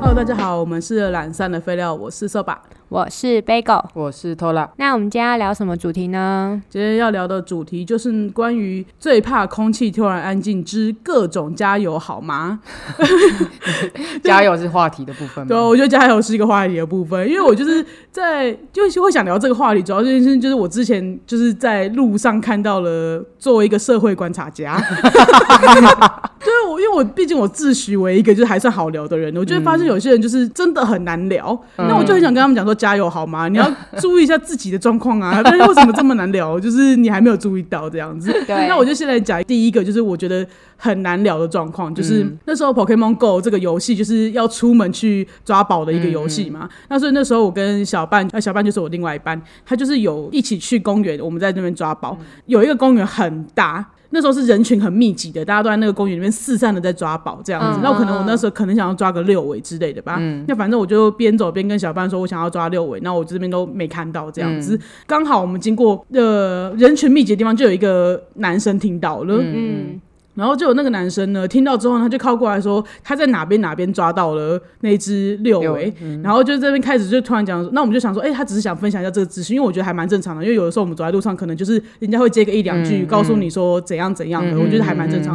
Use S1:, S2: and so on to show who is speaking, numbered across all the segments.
S1: Hello，大家好，我们是懒散的废料，我是色吧。
S2: 我是 Bagel。
S3: 我是 偷拉，
S2: 那我们今天要聊什么主题呢？
S1: 今天要聊的主题就是关于最怕空气突然安静之各种加油好吗？
S3: 加油是话题的部分
S1: 啊对，啊
S3: 吗？
S1: 我觉得加油是一个话题的部分，因为我就是在就是会想聊这个话题，主要就是就是我之前就是在路上看到了作为一个社会观察 家， 对啊我因为我毕竟我自诩为一个就是还算好聊的人，我就会发
S3: 嗯
S1: 现有些人就是真的很难聊，那我就很想跟他们讲说加油好吗？你要注意一下自己的状况啊， 不然为什么这么难聊？就是你还没有注意到这样子。
S2: 对
S1: 那我就先来讲第一个，就是我觉得很难聊的状况，就是、
S2: 嗯
S1: 那时候 Pokemon Go 这个游戏就是要出门去抓宝的一个游
S2: 嗯
S1: 戏嘛。那所以那时候我跟小半，呃，小半就是我另外一半，他就是有一起去公园，我们在那边抓宝。
S2: 嗯
S1: 有一个公园很大。那时候是人群很密集的，大家都在那个公园里面四散的在抓宝这样子。
S2: 嗯
S1: 那我可能我那时候可能想要抓个六尾之类的吧。那反正我就边走边跟小半说，我想要抓六尾，那我这边都没看到这样
S2: 嗯
S1: 子。刚、好我们经过呃人群密集的地方，就有一个男生听到了，
S2: 嗯，
S1: 然后就有那个男生呢，听到之后呢，他就靠过来说他在哪边哪边抓到了那只六
S3: 六
S1: 尾，然后就这边开始就突然讲说，那我们就想说，哎、他只是想分享一下这个资讯，因为我觉得还蛮正常的，因为有的时候我们走在路上，可能就是人家会接个一两句，告诉你说怎样怎样的，我觉得还蛮正常。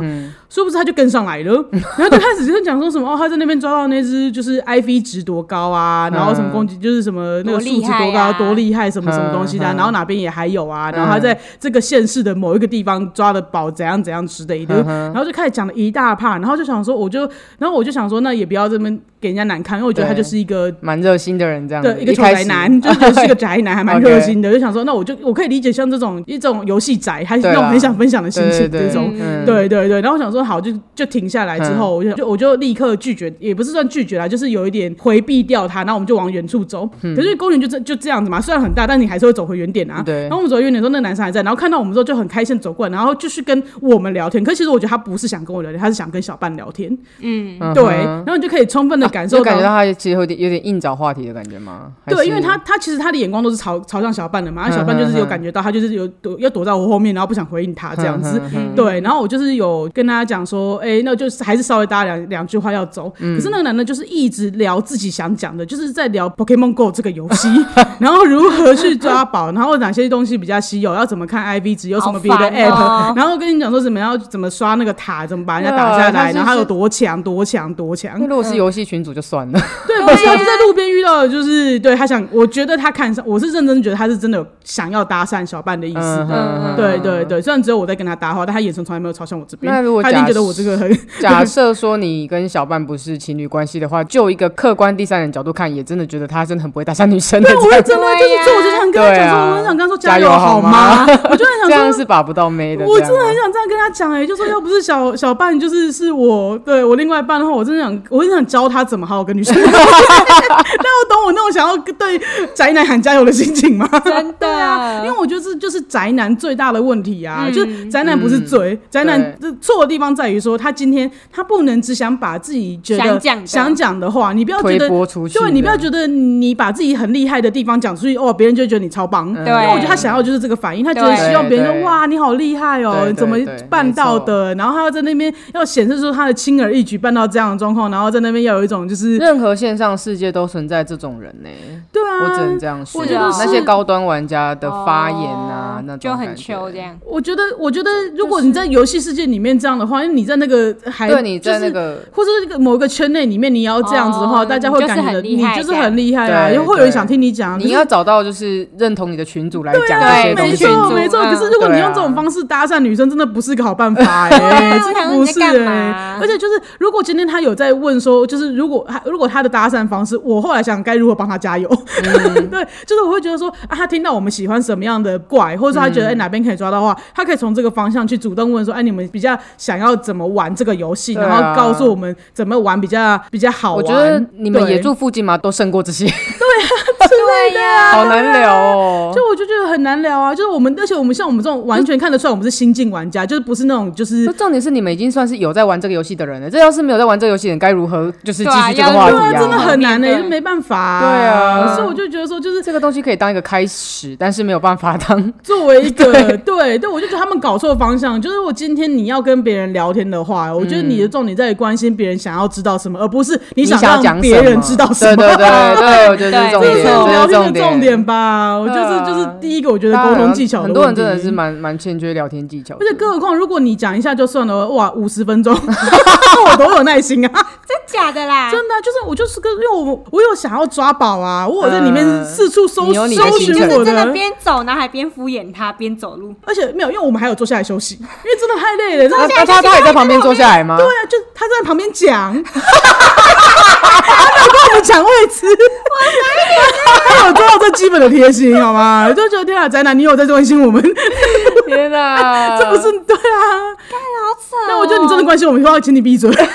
S1: 殊不知他就跟上来了，然后就开始就讲说什么哦，他在那边抓到那只就是 IV 值多高啊，然后什么攻击就是什么那个
S2: 多
S1: 数
S2: 厉
S1: 值
S2: 害
S1: 多高
S2: 啊
S1: 多厉害什么什么东西的啊、
S3: 嗯嗯
S1: 然后哪边也还有啊，然后他在这个县市的某一个地方抓的宝怎样怎样之类的，
S3: 嗯
S1: 然后就开始讲了一大趴，然后就想说我就，然后我就想说那也不要这么给人家难堪，因为我觉得他
S3: 对
S1: 就是一个。
S3: 蛮热心的人这样子
S1: 对，，一个
S3: 一
S1: 小
S3: 开
S1: 宅
S3: 始
S1: 男，就觉得是个宅男，还蛮
S3: OK
S1: 热心的。就想说，那我就我可以理解像这种一种游戏宅，还是
S3: 对
S1: 那
S3: 啊
S1: 种很想分享的心
S3: 对
S1: 情
S3: 对
S1: 这
S3: 对
S1: 种。
S3: 嗯
S1: 对对对，然后我想说好，就就停下来之后，我就就我就立刻拒绝，也不是算拒绝啦，就是有一点回避掉他，然后我们就往远处走。可是公园就这就这样子嘛，虽然很大，但你还是会走回原点啊。
S3: 嗯对
S1: 然后我们走回原点的时候，那个男生还在，然后看到我们之后就很开心地走过来，然后就是跟我们聊天。可是其实我觉得他不是想跟我聊天，他是想跟小半聊天。
S3: 嗯
S1: 对，
S3: 哼
S1: 然后你就可以充分的感受
S3: 就
S1: 到
S3: 感觉到他其实有点有点硬找话题的感觉吗？还
S1: 对，
S3: 是
S1: 因为他他其实他的眼光都是朝朝向小半的嘛，那
S3: 嗯
S1: 小半就是有
S3: 嗯嗯
S1: 感觉到他就是有躲要躲在我后面，然后不想回应他这样子
S3: 嗯。
S2: 嗯
S1: 对，然后我就是有跟大家讲说，哎、那就是还是稍微搭两两句话要走。
S3: 嗯
S1: 可是那个男的就是一直聊自己想讲的，就是在聊 Pokemon Go 这个游戏， 然后如何去抓 宝，然后哪些东西比较稀有，要怎么看 IV 值，有什么别的
S2: 好烦
S1: App，、
S2: 哦
S1: 然后跟你讲说怎么样怎么刷那个塔，怎么把人家打下
S3: 对啊他
S1: 来，
S3: 是
S1: 然后他有
S3: 是
S1: 多强多强多强
S3: 那。如果是游戏群主 就算了，
S1: 对，不是，我就在路边遇到的，就是对他想，我觉得他看上，我是认真觉得他是真的有想要搭讪小半的意思。
S2: 嗯
S1: 对对对，虽然只有我在跟他搭话，但他眼神从来没有朝向我这边。
S3: 那如果
S1: 他已经
S3: 假
S1: 觉得我这个很，
S3: 假设说你跟小半不是情侣关系的话，就一个客观第三人角度看，也真的觉得他真的很不会搭讪女生的
S1: 对，啊我
S3: 这
S1: 是
S3: 样，
S1: 真的就是，所以我就想跟他
S3: 对
S1: 讲
S3: 啊
S1: 说，我很想跟他说
S3: 加
S1: 油
S3: 油
S1: 好
S3: 好吗？
S1: 我就很
S3: 这
S1: 想
S3: 样
S1: 说。
S3: 是把不到妹的。
S1: 我
S3: 这
S1: 真
S3: 样
S1: 的很想这样跟他讲哎、就说要不是小小半，就是是我对我另外一半的话，我真的想，我很想教他怎么好好跟女生。 但我懂我那种想要对宅男喊加油的心情吗？
S2: 真
S1: 对啊，因
S2: 的，
S1: 为我觉得这就是宅男最大的问题啊，
S2: 嗯
S1: 就是宅男不是罪，宅男这错的地方在于说他今天他不能只想把自己觉
S2: 想
S1: 得
S2: 讲的
S1: 想讲的话，你不要觉
S3: 推
S1: 得。
S3: 波出去的，
S1: 对，你不要觉得你把自己很厉害的地方讲出去，哦，别人就会觉得你超棒。
S3: 嗯
S2: 对
S1: 因为我觉得他想要就是这个反应，他觉得
S2: 对
S1: 希望别人
S3: 对
S1: 说哇，你好厉害哦，
S3: 对对
S1: 你怎么
S3: 对
S1: 办到的？然后他要在那边要显示出他的轻而易举办到这样的状况，然后在那边要有一种就是
S3: 任何线上世界都存在这种人呢、
S1: 对
S3: 我只
S1: 啊，
S3: 能这样说。
S2: 我觉得
S3: 那
S2: 是
S3: 些高端玩家的发言啊，
S2: 哦
S3: 那种
S2: 就很
S3: 感觉
S2: Q 这。 样。
S1: 我觉得，我觉得如果你在游戏世界里面这样的话，因为你在那个还
S3: 对，你在那
S1: 就是
S3: 个
S1: 或者是那个某一个圈内里面，你要这样子的话，
S2: 哦
S1: 大家会
S2: 你就是
S1: 感觉得
S2: 很厉
S1: 你
S2: 害
S1: 就是很厉害啊，
S3: 对
S1: 又会有人
S3: 对
S1: 想听你讲啊。
S3: 你要找到就是认同你的群主来讲
S2: 啊
S3: 这些
S2: 对
S3: 东
S1: 没
S3: 西。
S2: 群
S1: 错
S2: 组
S1: 没错，
S2: 嗯
S1: 可是如果你
S3: 对啊
S1: 用这种方式搭讪女生，真的不是个好 办法哎，真
S2: 啊我
S1: 的
S2: 想
S1: 不
S2: 说
S1: 是
S2: 你在干
S1: 哎
S2: 嘛。
S1: 而且就是，如果今天他有在问说，就是如果他如果他的搭讪方式，我后来想该如何帮他加油，
S2: 嗯
S1: 对，就是我会觉得说啊，他听到我们喜欢什么样的怪，或者说他
S2: 嗯
S1: 觉得哎、哪边可以抓到的话，他可以从这个方向去主动问说，哎、你们比较想要怎么玩这个游戏，
S3: 对啊
S1: 然后告诉我们怎么玩比较比较好玩。
S3: 我觉得你们
S1: 对
S3: 野住附近嘛，都胜过这些。
S1: 是不
S2: 类的啊
S3: 好难聊哦。
S1: 就我就觉得很难聊啊，就是我们，而且我们像我们这种完全看得出来我们是新晋玩家，就是不是那种就是
S3: 就重点是你们已经算是有在玩这个游戏的人了，这要是没有在玩这个游戏的人，该如何就是继续这个话
S2: 对
S3: 题
S2: 啊
S1: 对啊，真的很难呢、
S2: 面对
S1: 就没办法、
S3: 对啊
S1: 所以我就觉得说，就是
S3: 这个东西可以当一个开始，但是没有办法当
S1: 作为一个对对，我就觉得他们搞错方向。就是我今天你要跟别人聊天的话，我觉得你的重点在于关心别人想要知道什么，而不是你
S3: 嗯你
S1: 想
S3: 想要
S1: 让
S3: 讲
S1: 别
S3: 什
S1: 人
S3: 么
S1: 知道什
S3: 对
S1: 么。
S3: 对对对，我觉得这是重
S1: 这
S3: 点，
S1: 是我们聊
S3: 这是
S1: 天
S3: 重
S1: 的重点吧？我觉
S3: 对
S1: 得
S3: 啊
S1: 这就是第一个，我觉得沟通技巧的
S3: 很多人
S1: 问题
S3: 真的是蛮蛮欠缺聊天技巧的
S1: 而。且更何况，如果你讲一下就算了，哇，五十分钟， 我多有耐心啊！
S2: 真假的啦？
S1: 真的啊、就是我就是跟，因为我我有想要抓宝啊，我有在里面
S3: 嗯
S1: 四处搜、
S3: 你有你的
S1: 搜
S3: 行
S1: 寻
S3: 程
S2: 就是
S1: 我
S2: 真的边走，然后还边敷衍他，边走路。
S1: 而且没有，因为我们还有坐下来休息，因为真的太累了。然
S3: 那
S1: 后
S3: 那他他也在旁边坐下来吗？
S1: 对啊，就他在旁边讲， 他没有跟我们抢位置，他有做到这基本的贴心，好吗？我就觉得天啊，宅男，你有在关心我们，
S3: 天 哪，
S1: 这不是对啊？
S2: 好扯、
S1: 那我觉得你真的，关心我们，的话，请你闭嘴。
S3: 哎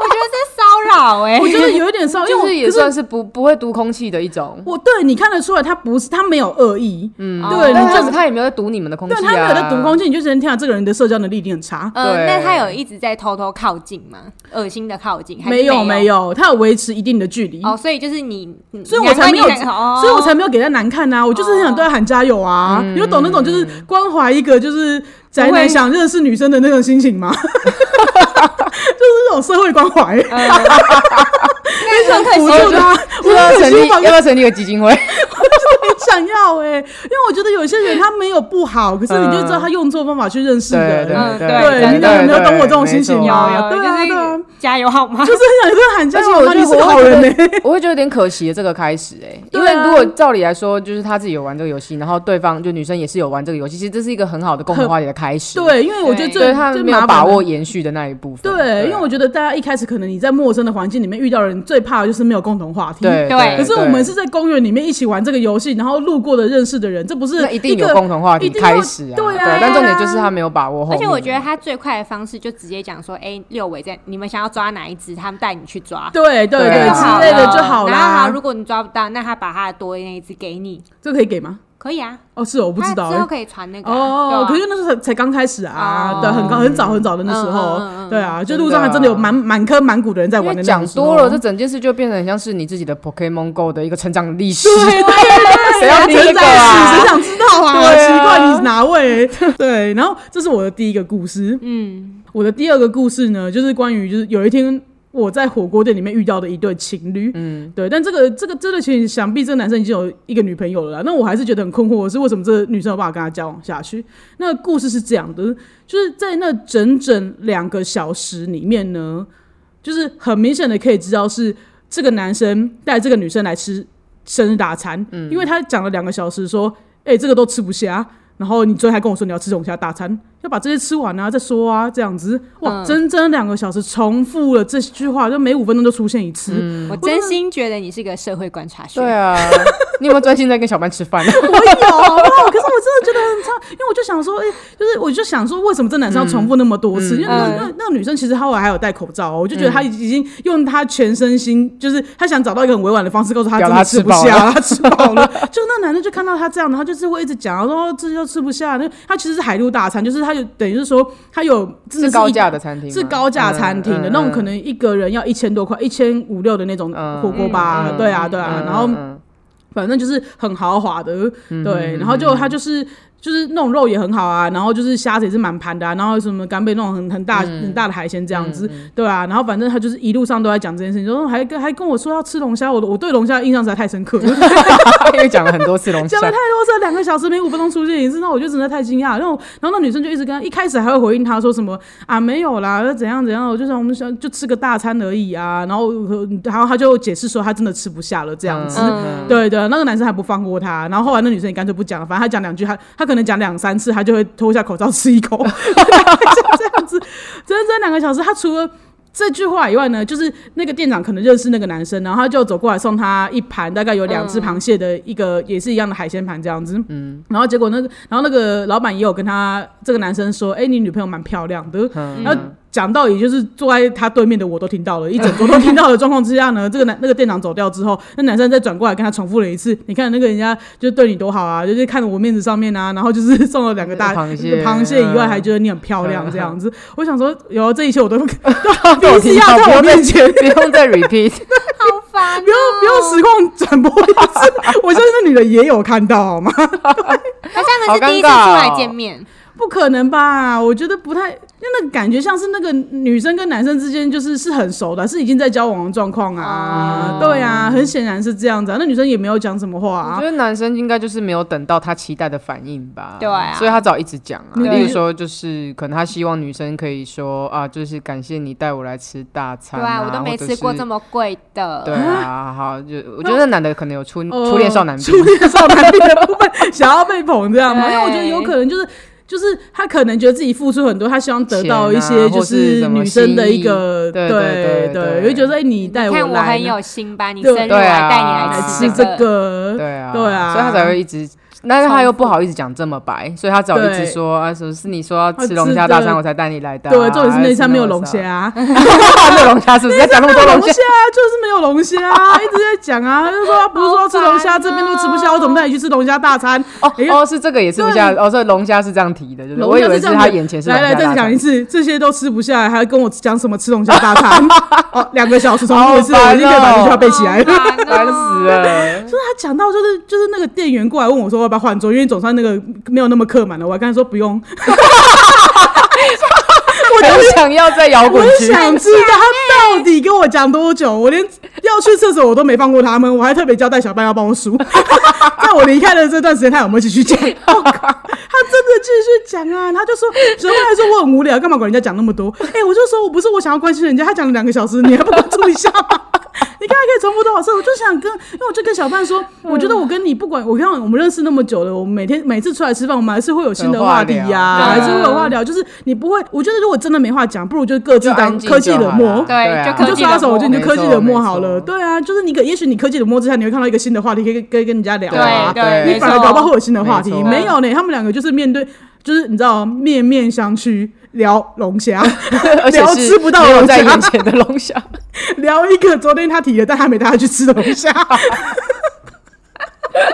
S2: 我觉得这骚扰哎、
S1: 我觉得有一点骚扰，因为
S3: 就
S1: 我
S3: 是也
S1: 可是
S3: 算是不不会读空气的一种。
S1: 我对你看得出来，他不是他没有恶意，嗯，对，
S3: 但
S1: 你
S3: 是
S1: 就
S3: 他他也没有在读你们的空气
S1: 对
S3: 啊，
S1: 他没有在读空气，你就只能听到这个人的社交能力一定很差。
S2: 呃，
S3: 对
S2: 那他有一直在偷偷靠近吗？恶心的靠近？还是
S1: 没有没
S2: 没有。
S1: 有，他有维持一定的距离，
S2: 哦，所以就是你，嗯
S1: 所以我才没有，
S2: 难怪你那个哦、
S1: 所以我 才没有给他难看呐、啊我就是很想对他喊加油啊！
S3: 嗯
S1: 你有懂那种就是关怀一个就是宅男想认识女生的那种心 情吗？就是那种社会关怀，
S2: 呃，很想
S1: 扶住他，
S3: 要不要
S1: 我
S3: 成
S1: 很
S3: 立
S1: 希望
S3: 要不要成立个基金会？
S1: 很想要哎、因为我觉得有些人他没有不好，可是你就知道他用错方法去认识
S3: 对
S1: 人。
S3: 对
S2: 嗯
S1: 对
S3: 对，
S1: 你懂有没有懂我这种心情
S3: 没错
S1: 吗
S2: 有
S1: 啊
S2: 有，
S1: 对啊对啊
S2: 哦就是加油好吗？
S1: 就是很想对他喊加
S3: 但是
S1: 油，
S3: 我
S1: 那
S3: 觉
S1: 你
S3: 得
S1: 是
S3: 我
S1: 个好
S3: 会
S1: 人呢、
S3: 觉得，我会觉得有点可惜这个开始哎、因
S1: 对
S3: 为
S1: 啊
S3: 如果照理来说，就是他自己有玩这个游戏，然后对方就女生也是有玩这个游戏，其实这是一个很好的共同话题的开始。，
S1: 对，因为我觉得
S2: 对
S1: 最
S3: 所以他
S1: 最
S3: 没有
S1: 麻
S3: 把
S1: 烦的
S3: 握延续的那一部分。
S1: 对，因为我觉得大家一开始可能你在陌生的环境里面遇到的人，最怕的就是没有共同话题。
S3: 对
S2: 对
S1: 可是我们是在公园里面一起玩这个游戏，然后路过的认识的人，这不是
S3: 那一定有
S1: 个
S3: 共同话
S1: 一
S3: 题
S1: 定要
S3: 开始啊，
S1: 对啊
S3: 但重点就是他没有把握后
S2: 而
S3: 面。
S2: 且我觉得他最快的方式就直接讲说，哎、六尾在，你们想要抓哪一只，他们带你去抓。
S1: 对对
S3: 对
S1: 对
S3: 就
S1: 之
S2: 啊
S3: 好
S1: 类的
S3: 了
S1: 就好
S2: 然后好，
S1: 啦
S2: 如。果你抓不到，那他把他的多的那一只给你，
S1: 这可以给吗？
S2: 可以啊。
S1: 哦，是哦我不知道
S2: 他之后
S1: 欸。
S2: 可以传那个啊
S1: 哦，可
S2: 对
S1: 是那时候才才刚开始啊，
S2: 哦
S1: 对，很高很早很早的那时候
S2: 嗯嗯嗯，嗯
S1: 对啊，就
S3: 真的
S1: 路上还真的有
S3: 啊
S1: 满满坑满谷的人在
S3: 因
S1: 玩的
S3: 为
S1: 那种
S3: 讲
S1: 时候。
S3: 多了，这整件事就变得很像是你自己的 Pokemon Go 的一个成长历史。
S1: 对对
S3: 谁要听这
S1: 存
S3: 个
S1: 在史，
S3: 啊
S1: 谁？想知道啊？
S3: 对啊
S1: 奇怪，你是哪位？ 对，然后这是我的第一个故事。嗯，我的第二个故事呢，就是关于就是有一天。我在火锅店里面遇到的一对情侣，嗯，对，但这个这个这对情侣，想必这个男生已经有一个女朋友了啦。那我还是觉得很困惑，是为什么这个女生有办法跟他交往下去？那个故事是这样的，就是在那整整两个小时里面呢，就是很明显的可以知道是这个男生带这个女生来吃生日大餐，因为他讲了两个小时说，哎、这个都吃不下，然后你昨天还跟我说你要吃龙虾大餐，要把这些吃完啊再说啊，这样子，哇，
S2: 嗯
S1: 整整两个小时重复了这句话，就每五分钟就出现一次，
S3: 嗯
S2: 我真心觉得你是个社会观察学。
S3: 对啊，你有没有专心在跟小班吃饭？
S1: 我 有，好不好可是我真的觉得很差，因为我就想说，哎、就是我就想说，为什么这男生要重复那么多次？因为那
S2: 嗯
S1: 那那个女生其实她后来还有戴口罩、哦，我就
S3: 嗯
S1: 觉得她已经用她全身心，就是她想找到一个很委婉的方式告诉她
S3: 表
S1: 真
S3: 达
S1: 的吃不
S3: 吃饱
S1: 下了，她吃饱了。就那男生就看到她这样，然后就是会一直讲，然后哦这又吃不下。那他其实是海陆大餐，就是他有等于是说他有真的 是
S3: 是高
S1: 一
S3: 价的餐厅吗，
S1: 是高价餐厅的、
S3: 嗯
S1: 那种，
S3: 嗯
S1: 可能一个人要一千多块，一千五六的那种
S3: 嗯
S1: 火锅吧、
S3: 嗯
S1: 对啊，对啊，
S3: 嗯
S1: 然后
S3: 嗯嗯
S1: 反正就是很豪华的，对，然后就它就是
S3: 嗯
S1: 就是那种肉也很好啊，然后就是虾子也是满盘的、啊，然后什么干贝那种很很大、
S3: 嗯
S1: 很大的海鲜这样子，对啊，然后反正他就是一路上都在讲这件事情，然后还跟还跟我说要吃龙虾，我的我对龙虾的印象实在太深刻了，
S3: 嗯 因为讲了很多次龙
S1: 讲
S3: 虾
S1: 了太，多次，两个小时每五分钟出现一次，那我就真的太惊讶了。然后，然后那女生就一直跟他，一开始还会回应他说什么啊没有啦，怎样怎样，我就想我们想就吃个大餐而已啊。然后，然后他就解释说他真的吃不下了这样子。
S2: 嗯
S1: 对啊对，那个男生还不放过他，然后后来那女生也干脆不讲了，反正他讲两句，他他可能讲两三次，他就会脱下口罩吃一口， 就这样子，整整两个小时。他除了这句话以外呢，就是那个店长可能认识那个男生，然后他就走过来送他一盘大概有两只螃蟹的一个、也是一样的海鲜盘这样子，嗯，然后结果那个然后那个老板也有跟他这个男生说，哎、你女朋友蛮漂亮的，
S3: 嗯
S1: 然后讲道理就是坐在他对面的我都听到了，一整桌都听到的状况之下呢，这个男那个店长走掉之后，那男生再转过来跟他重复了一次，你看那个人家就对你多好啊，就是看着我面子上面啊，然后就是送了两个大
S3: 螃蟹
S1: 螃蟹以外，
S3: 嗯
S1: 还觉得你很漂亮这样子。我想说，有这一切我都不
S3: 被啊我
S1: 必
S3: 听
S1: 须要
S3: 到，不
S1: 在我
S3: 用再。
S1: 面前
S3: 不用再 repeat。
S2: 好烦、哦
S1: 不用不用实况转播一次，我相信那女的也有看到好吗？
S2: 还是他们
S3: 好
S2: 是第一次
S3: 尴尬
S2: 出来
S3: 哦
S2: 见面，
S1: 不可能吧？我觉得不太，因为那个感觉像是那个女生跟男生之间就是是很熟的，啊是已经在交往的状况啊。对啊，很显然是这样子、啊。那女生也没有讲什么话
S3: 我
S1: 啊
S3: 觉。得男生应该就是没有等到他期待的反应吧，
S2: 对啊
S3: 所以他早一直讲啊。
S1: 对
S3: 例如说，就是可能他希望女生可以说啊，就是感谢你带我来吃大餐、
S2: 对啊，我都没吃过这
S3: 么。
S2: 么贵的。
S3: 哦对啊，好，就我觉得那男的可能有初
S1: 呃
S3: 初恋少 男病
S2: 哦
S3: 哎
S1: 初，恋少男病 的部分想要被捧这样吗？
S2: 对
S1: 因为我觉得有可能就是。就是他可能觉得自己付出很多，他希望得到一
S3: 钱
S1: 些
S3: 啊
S1: 就
S3: 或是什么
S1: 女生的一个
S3: 心意对
S1: 对
S3: 对对
S1: 就觉得哎你带
S2: 你看我
S1: 来，
S2: 很有心吧？你
S1: 对
S2: 生日我
S3: 对
S2: 还
S3: 啊
S2: 带你来
S1: 是
S2: 吃
S1: 这
S2: 这个，
S1: 个，
S3: 对啊，
S1: 对啊
S3: 所以他才会一直，但是他又不好意思讲这么白，所以他早一直
S1: 对
S3: 说啊，什么是你说要吃
S1: 啊
S3: 龙虾
S1: 吃的
S3: 大餐我才带你来的啊，
S1: 对，重点是那餐没有龙
S3: 还
S1: 虾，啊
S3: 是什么， 没有龙虾是不是？在讲那么多
S1: 龙
S3: 龙
S1: 虾啊
S3: 虾，啊
S1: 就是没有龙虾、 啊，一直在讲啊，就说不是说要吃龙虾，
S3: 啊
S2: 好烦哦
S1: 这边都吃不下，我怎么带你去吃龙虾大餐？
S3: 哦
S1: 哎呀
S3: 哦，是这个也吃不下，哦，所以龙虾是这样提的，就是
S1: 龙
S3: 我以
S1: 虾
S3: 为
S1: 是
S3: 是
S1: 这样
S3: 他
S1: 子
S3: 眼前是
S1: 来来，
S3: 龙虾
S1: 再
S3: 大
S1: 讲
S3: 餐
S1: 一次，这些都吃不下，还要跟我讲什么吃龙虾大 餐？哦，两个小时重复一次，
S3: 好
S1: 我
S3: 烦哦
S1: 立刻把哎这句话背起 来。
S2: 好烦哦
S3: 烦死！了！
S1: 就是他讲到，就是就是那个店员过来问我说要不要换桌，因为总算那个没有那么客满了，我还跟他说不用。
S3: 我就想要在摇
S1: 我
S3: 滚
S1: 就
S3: 区，
S1: 想知道他到底跟我讲多久，我连要去厕所我都没放过他们，我还特别交代小半要帮我数， 在我离开的这段时间，他有没有继续讲？他真的继续讲啊，他就说，小半还说我很无聊，干嘛管人家讲那么多？哎、我就说我不是我想要关心人家，他讲了两个小时，你还不关注一下吗？ 你看，还可以重复多少次？我就想跟，因为我就跟小半说，我觉得我跟你不管，我看我们认识那么久了，我们每天每次出来吃饭，我们还是会有新的
S3: 有
S1: 话
S3: 话
S1: 题
S3: 聊
S1: 呀、
S3: 对啊
S1: 还是会有话聊。就是你不会，我觉得如果真的没话讲，不如就各自
S3: 就
S1: 当
S3: 安静
S1: 科技
S3: 就
S1: 冷
S3: 好
S1: 漠
S3: 啦。
S2: 对
S3: 啊
S2: 就
S1: 你
S2: 科
S1: 就
S2: 技
S1: 刷手，我
S2: 冷
S1: 觉
S2: 漠
S1: 得你就科技冷漠好了。
S3: 没错没错
S1: 对啊，就是你可，也许你科技冷漠之下，你会看到一个新的话题，可以跟可以跟人家聊
S2: 对
S1: 啊。
S3: 对
S1: 你
S2: 没
S1: 反而
S2: 错
S1: 搞不好会有新的话题。
S3: 没错
S1: 没有呢，他们两个就是面对，就是你知道面面相觑，聊龙虾，
S3: 而且
S1: 聊
S3: 是
S1: 吃不到
S3: 没有
S1: 龙
S3: 在
S1: 虾
S3: 眼，前的龙虾，
S1: 聊一个昨天他提的，但他没带他去吃的龙虾，
S3: 哎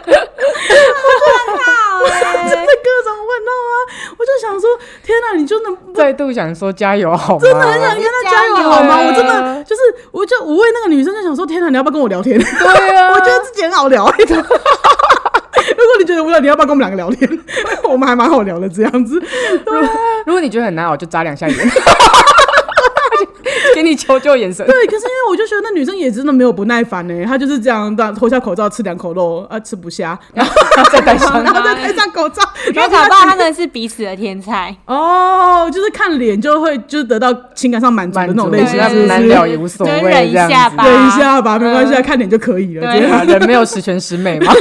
S2: 好欸
S1: 真的各种问到啊！我就想说，天哪，你就能
S3: 再度想说加油好吗？
S1: 真的很想跟他加油好吗？
S3: 对啊
S1: 我真的就是，我就我为那个女生就想说，天哪，你要不要跟我聊天？
S3: 对 啊，
S1: 我觉得自己很好聊。如果你觉得无聊，你要不要跟我们两个聊天？我们还蛮好聊的，这样子。对啊
S3: 如果你觉得很难熬，就眨两下眼， 给你求救眼神。
S1: 对，可是因为我就觉得那女生也真的没有不耐烦呢、她就是这样，她脱下口罩吃两口肉，啊，吃不下，然后
S3: 再戴上
S1: 然后再戴上口罩，
S2: 我觉
S1: 然
S2: 得
S1: 后她
S2: 搞不好他们是彼此的天 才，
S1: 哦，就是看脸就会就是得到情感上满足的那种类型，
S3: 那
S1: 是不是？
S3: 难聊也无所
S2: 就是
S3: 谓，
S2: 忍一
S3: 这样
S2: 下
S3: 子
S2: 吧
S1: 忍一 下吧，
S2: 嗯
S1: 没关系，啊，看脸就可以了。
S2: 对
S1: 这
S3: 对
S1: 样
S3: 啊，人没有十全十 美嘛。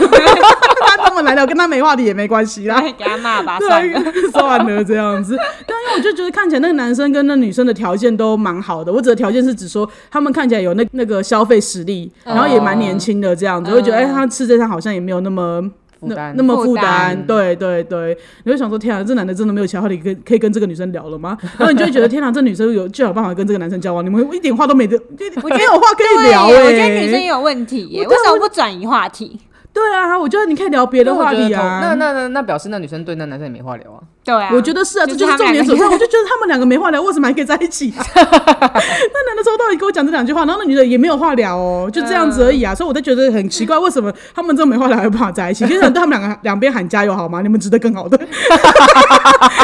S1: 他跟我们来聊，跟他没话题也没关系啦。
S2: 给他骂吧，
S1: 对
S2: 算 了。
S1: 啊，算了这样 子。但因为我就觉得看起来那个男生跟那女生的条件都蛮好的，我指的条件是指说他们看起来有那那个消费实力，
S2: 哦
S1: 然后也蛮年轻的这样子，
S2: 嗯
S1: 会觉得哎、他吃这餐好像也没有那么。
S3: 负
S1: 那
S3: 担
S1: 那么负
S2: 负担
S1: 担，对对对，你会想说天啊，这男的真的没有其他话题跟可以跟这个女生聊了吗？然后你就会觉得天啊，这女生有就有办法跟这个男生交往，你们一点话都没得，就
S2: 我觉得
S1: 没有话可以聊
S2: 对
S1: 哎、
S3: 欸
S2: 我觉得女生也有问题耶，
S1: 我
S2: 为
S1: 对
S2: 什么不转移话题？
S1: 对啊，我觉得你可以聊别的话题啊。
S3: 那那那那表示那女生对那男生也没话聊啊。
S2: 对啊，
S1: 我觉得是啊，这就
S2: 他
S1: 是重
S2: 们
S1: 点所在。
S2: 两
S1: 我
S2: 个
S1: 就觉得他们两个没话聊，为什么还可以在一起、 啊？那男的抽到底跟我讲这两句话，然后那女的也没有话聊哦，就这样子而已
S2: 嗯
S1: 啊。所以我就觉得很奇怪，为什么他们这么没话聊还不好在一起？就是对他们两个两边喊加油好吗？你们值得更 好的，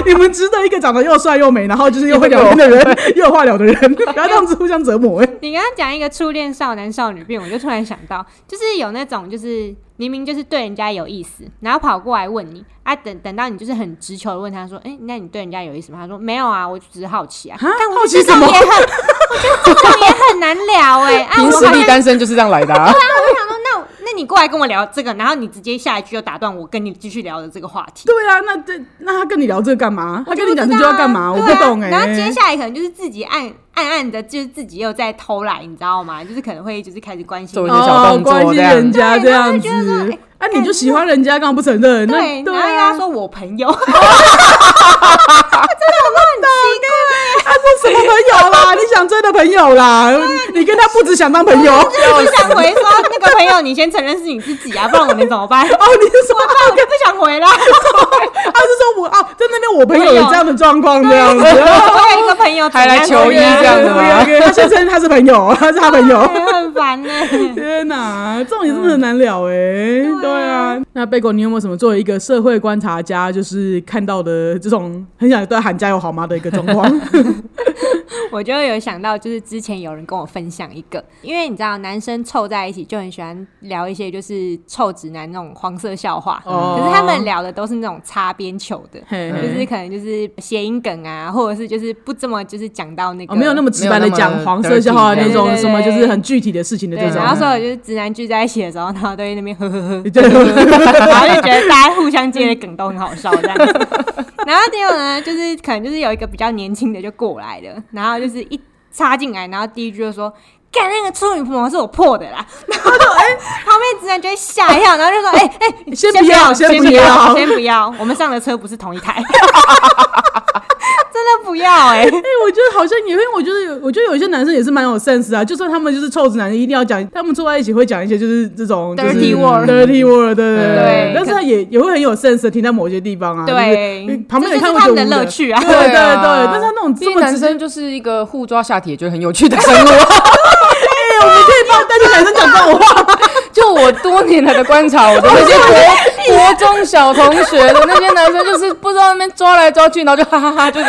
S1: 你们值得一个长得又帅又美，然后就是又会聊天的人，又有话聊的人， 不要这样子互相折磨、哎，
S2: 你刚刚讲一个初恋少男少女病，我就突然想到，就是有那种就是明明就是对人家有意思，然后跑过来问你啊，等等到你就是很直球的问他说，哎、那你对人家有意思吗？他说没有啊，我只是好奇啊。
S1: 啊
S2: 但
S1: 好
S2: 我
S1: 奇
S2: 觉得这种
S1: 什么
S2: 也很，我觉得这种也很难聊哎、啊，
S3: 凭
S2: 我好
S3: 实
S2: 像
S3: 力单身就是这样来的啊。
S2: 我想说，那那你过来跟我聊这个，然后你直接下一句就打断我跟你继续聊的这个话题。
S1: 对啊，那这那他跟你聊这个干嘛？他
S2: 我就
S1: 跟你
S2: 不
S1: 讲
S2: 知
S1: 这句
S2: 道
S1: 话
S2: 啊
S1: 干嘛？我不
S2: 对啊
S1: 懂哎、
S2: 然后接下来可能就是自己暗暗暗的，就是自己又在偷懒，你知道吗？就是可能会就是开始关心
S3: 做一
S2: 你
S3: 些小动作
S1: 哦、关
S3: 这
S1: 心
S3: 样
S1: 人家
S2: 对
S1: 这样子
S2: 然后就觉得说哎。
S1: 啊，你就喜欢人家，干嘛不承认？那
S2: 对，
S1: 对
S2: 然后又要
S1: 啊，
S2: 说我朋友，我真的我很奇怪，
S1: 啊，不什么朋友啦？你想追的朋友啦？你跟他不只想当朋友哦？
S2: 我不想回说那个朋友，你先承认是你自己啊，不然我能怎么办？ 我
S1: 哦你是说啊
S2: 怕我就不想回啦。
S1: 他是说我哦，在那边我朋友有这样的状况这样子，哦
S2: 我有一个朋友
S3: 还来求医这样子吗
S1: OK，OK，他先称他是朋友， 他是他朋友。
S2: 哎很烦呢、
S1: 天哪，这种也真的很难聊哎、对啊，那贝果，你有没有什么作为一个社会观察家，就是看到的这种很想对他喊加油好吗的一个状况？
S2: 我就有想到，就是之前有人跟我分享一个，因为你知道男生凑在一起就很喜欢聊一些就是臭直男那种黄色笑话，
S1: 哦嗯
S2: 可是他们聊的都是那种擦边球的。
S1: 嘿
S2: 就
S1: 嘿
S2: 是可能就是谐音梗啊，或者是就是不这么就是讲到那个、
S1: 哦，没有那么直白的讲黄色笑话那种
S2: 对对对对
S1: 什么，就是很具体的事情的
S2: 对，
S1: 这种嗯
S2: 然。后所有就是直男聚在一起的时候，然后都在那边呵呵呵，
S1: 对，
S2: 然后就觉得大家互相接的梗都很好笑这样子。 然后第二呢，就是可能就是有一个比较年轻的就过来了，然后就是一插进来，然后第一句就说。干那个处女膜是我破的啦， 然后就哎、旁边直男就会吓一跳，然后就说哎哎、
S1: 先
S2: 不
S1: 不要
S2: 先
S1: 先不
S2: 要，
S1: 要
S2: 先不要，我们上的车不是同一台， 真的不要 哎、
S1: 哎、我觉得好像也会，我觉得有，我觉得有一些男生也是蛮有 sense 啊。就算他们就是臭直男，一定要讲，他们坐在一起会讲一些就是这种就是
S2: Dirty word
S1: dirty word，对对
S2: 对
S1: 但是他也也会很有 sense 的停在某些地方啊。
S2: 对
S1: 就是旁边人
S2: 这
S1: 看
S2: 就是
S1: 会
S2: 他
S1: 觉
S2: 们
S1: 得
S2: 的
S1: 无聊
S2: 乐。趣啊
S1: 对，对对，
S3: 啊
S1: 但是他那种这
S3: 因
S1: 么
S3: 为男
S1: 直接，
S3: 生就是一个互抓下体，也觉得很有趣的生 活。
S1: 哎、我们可以 帮带去男生讲这种话，
S3: 就我多年来的观察，我的那些国国中小同学的那些男生，就是不知道那边抓来抓去，然后就哈哈哈，就是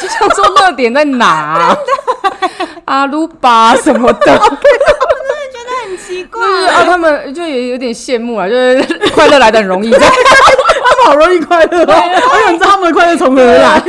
S3: 就想说热点在哪、阿鲁巴什么的，
S2: 很奇怪
S3: 就是啊，他们就也有点羡慕啊，就是 快乐来的很容易，这样
S1: 他们好容易快乐、哦，我想知道他们的快乐从何而 来。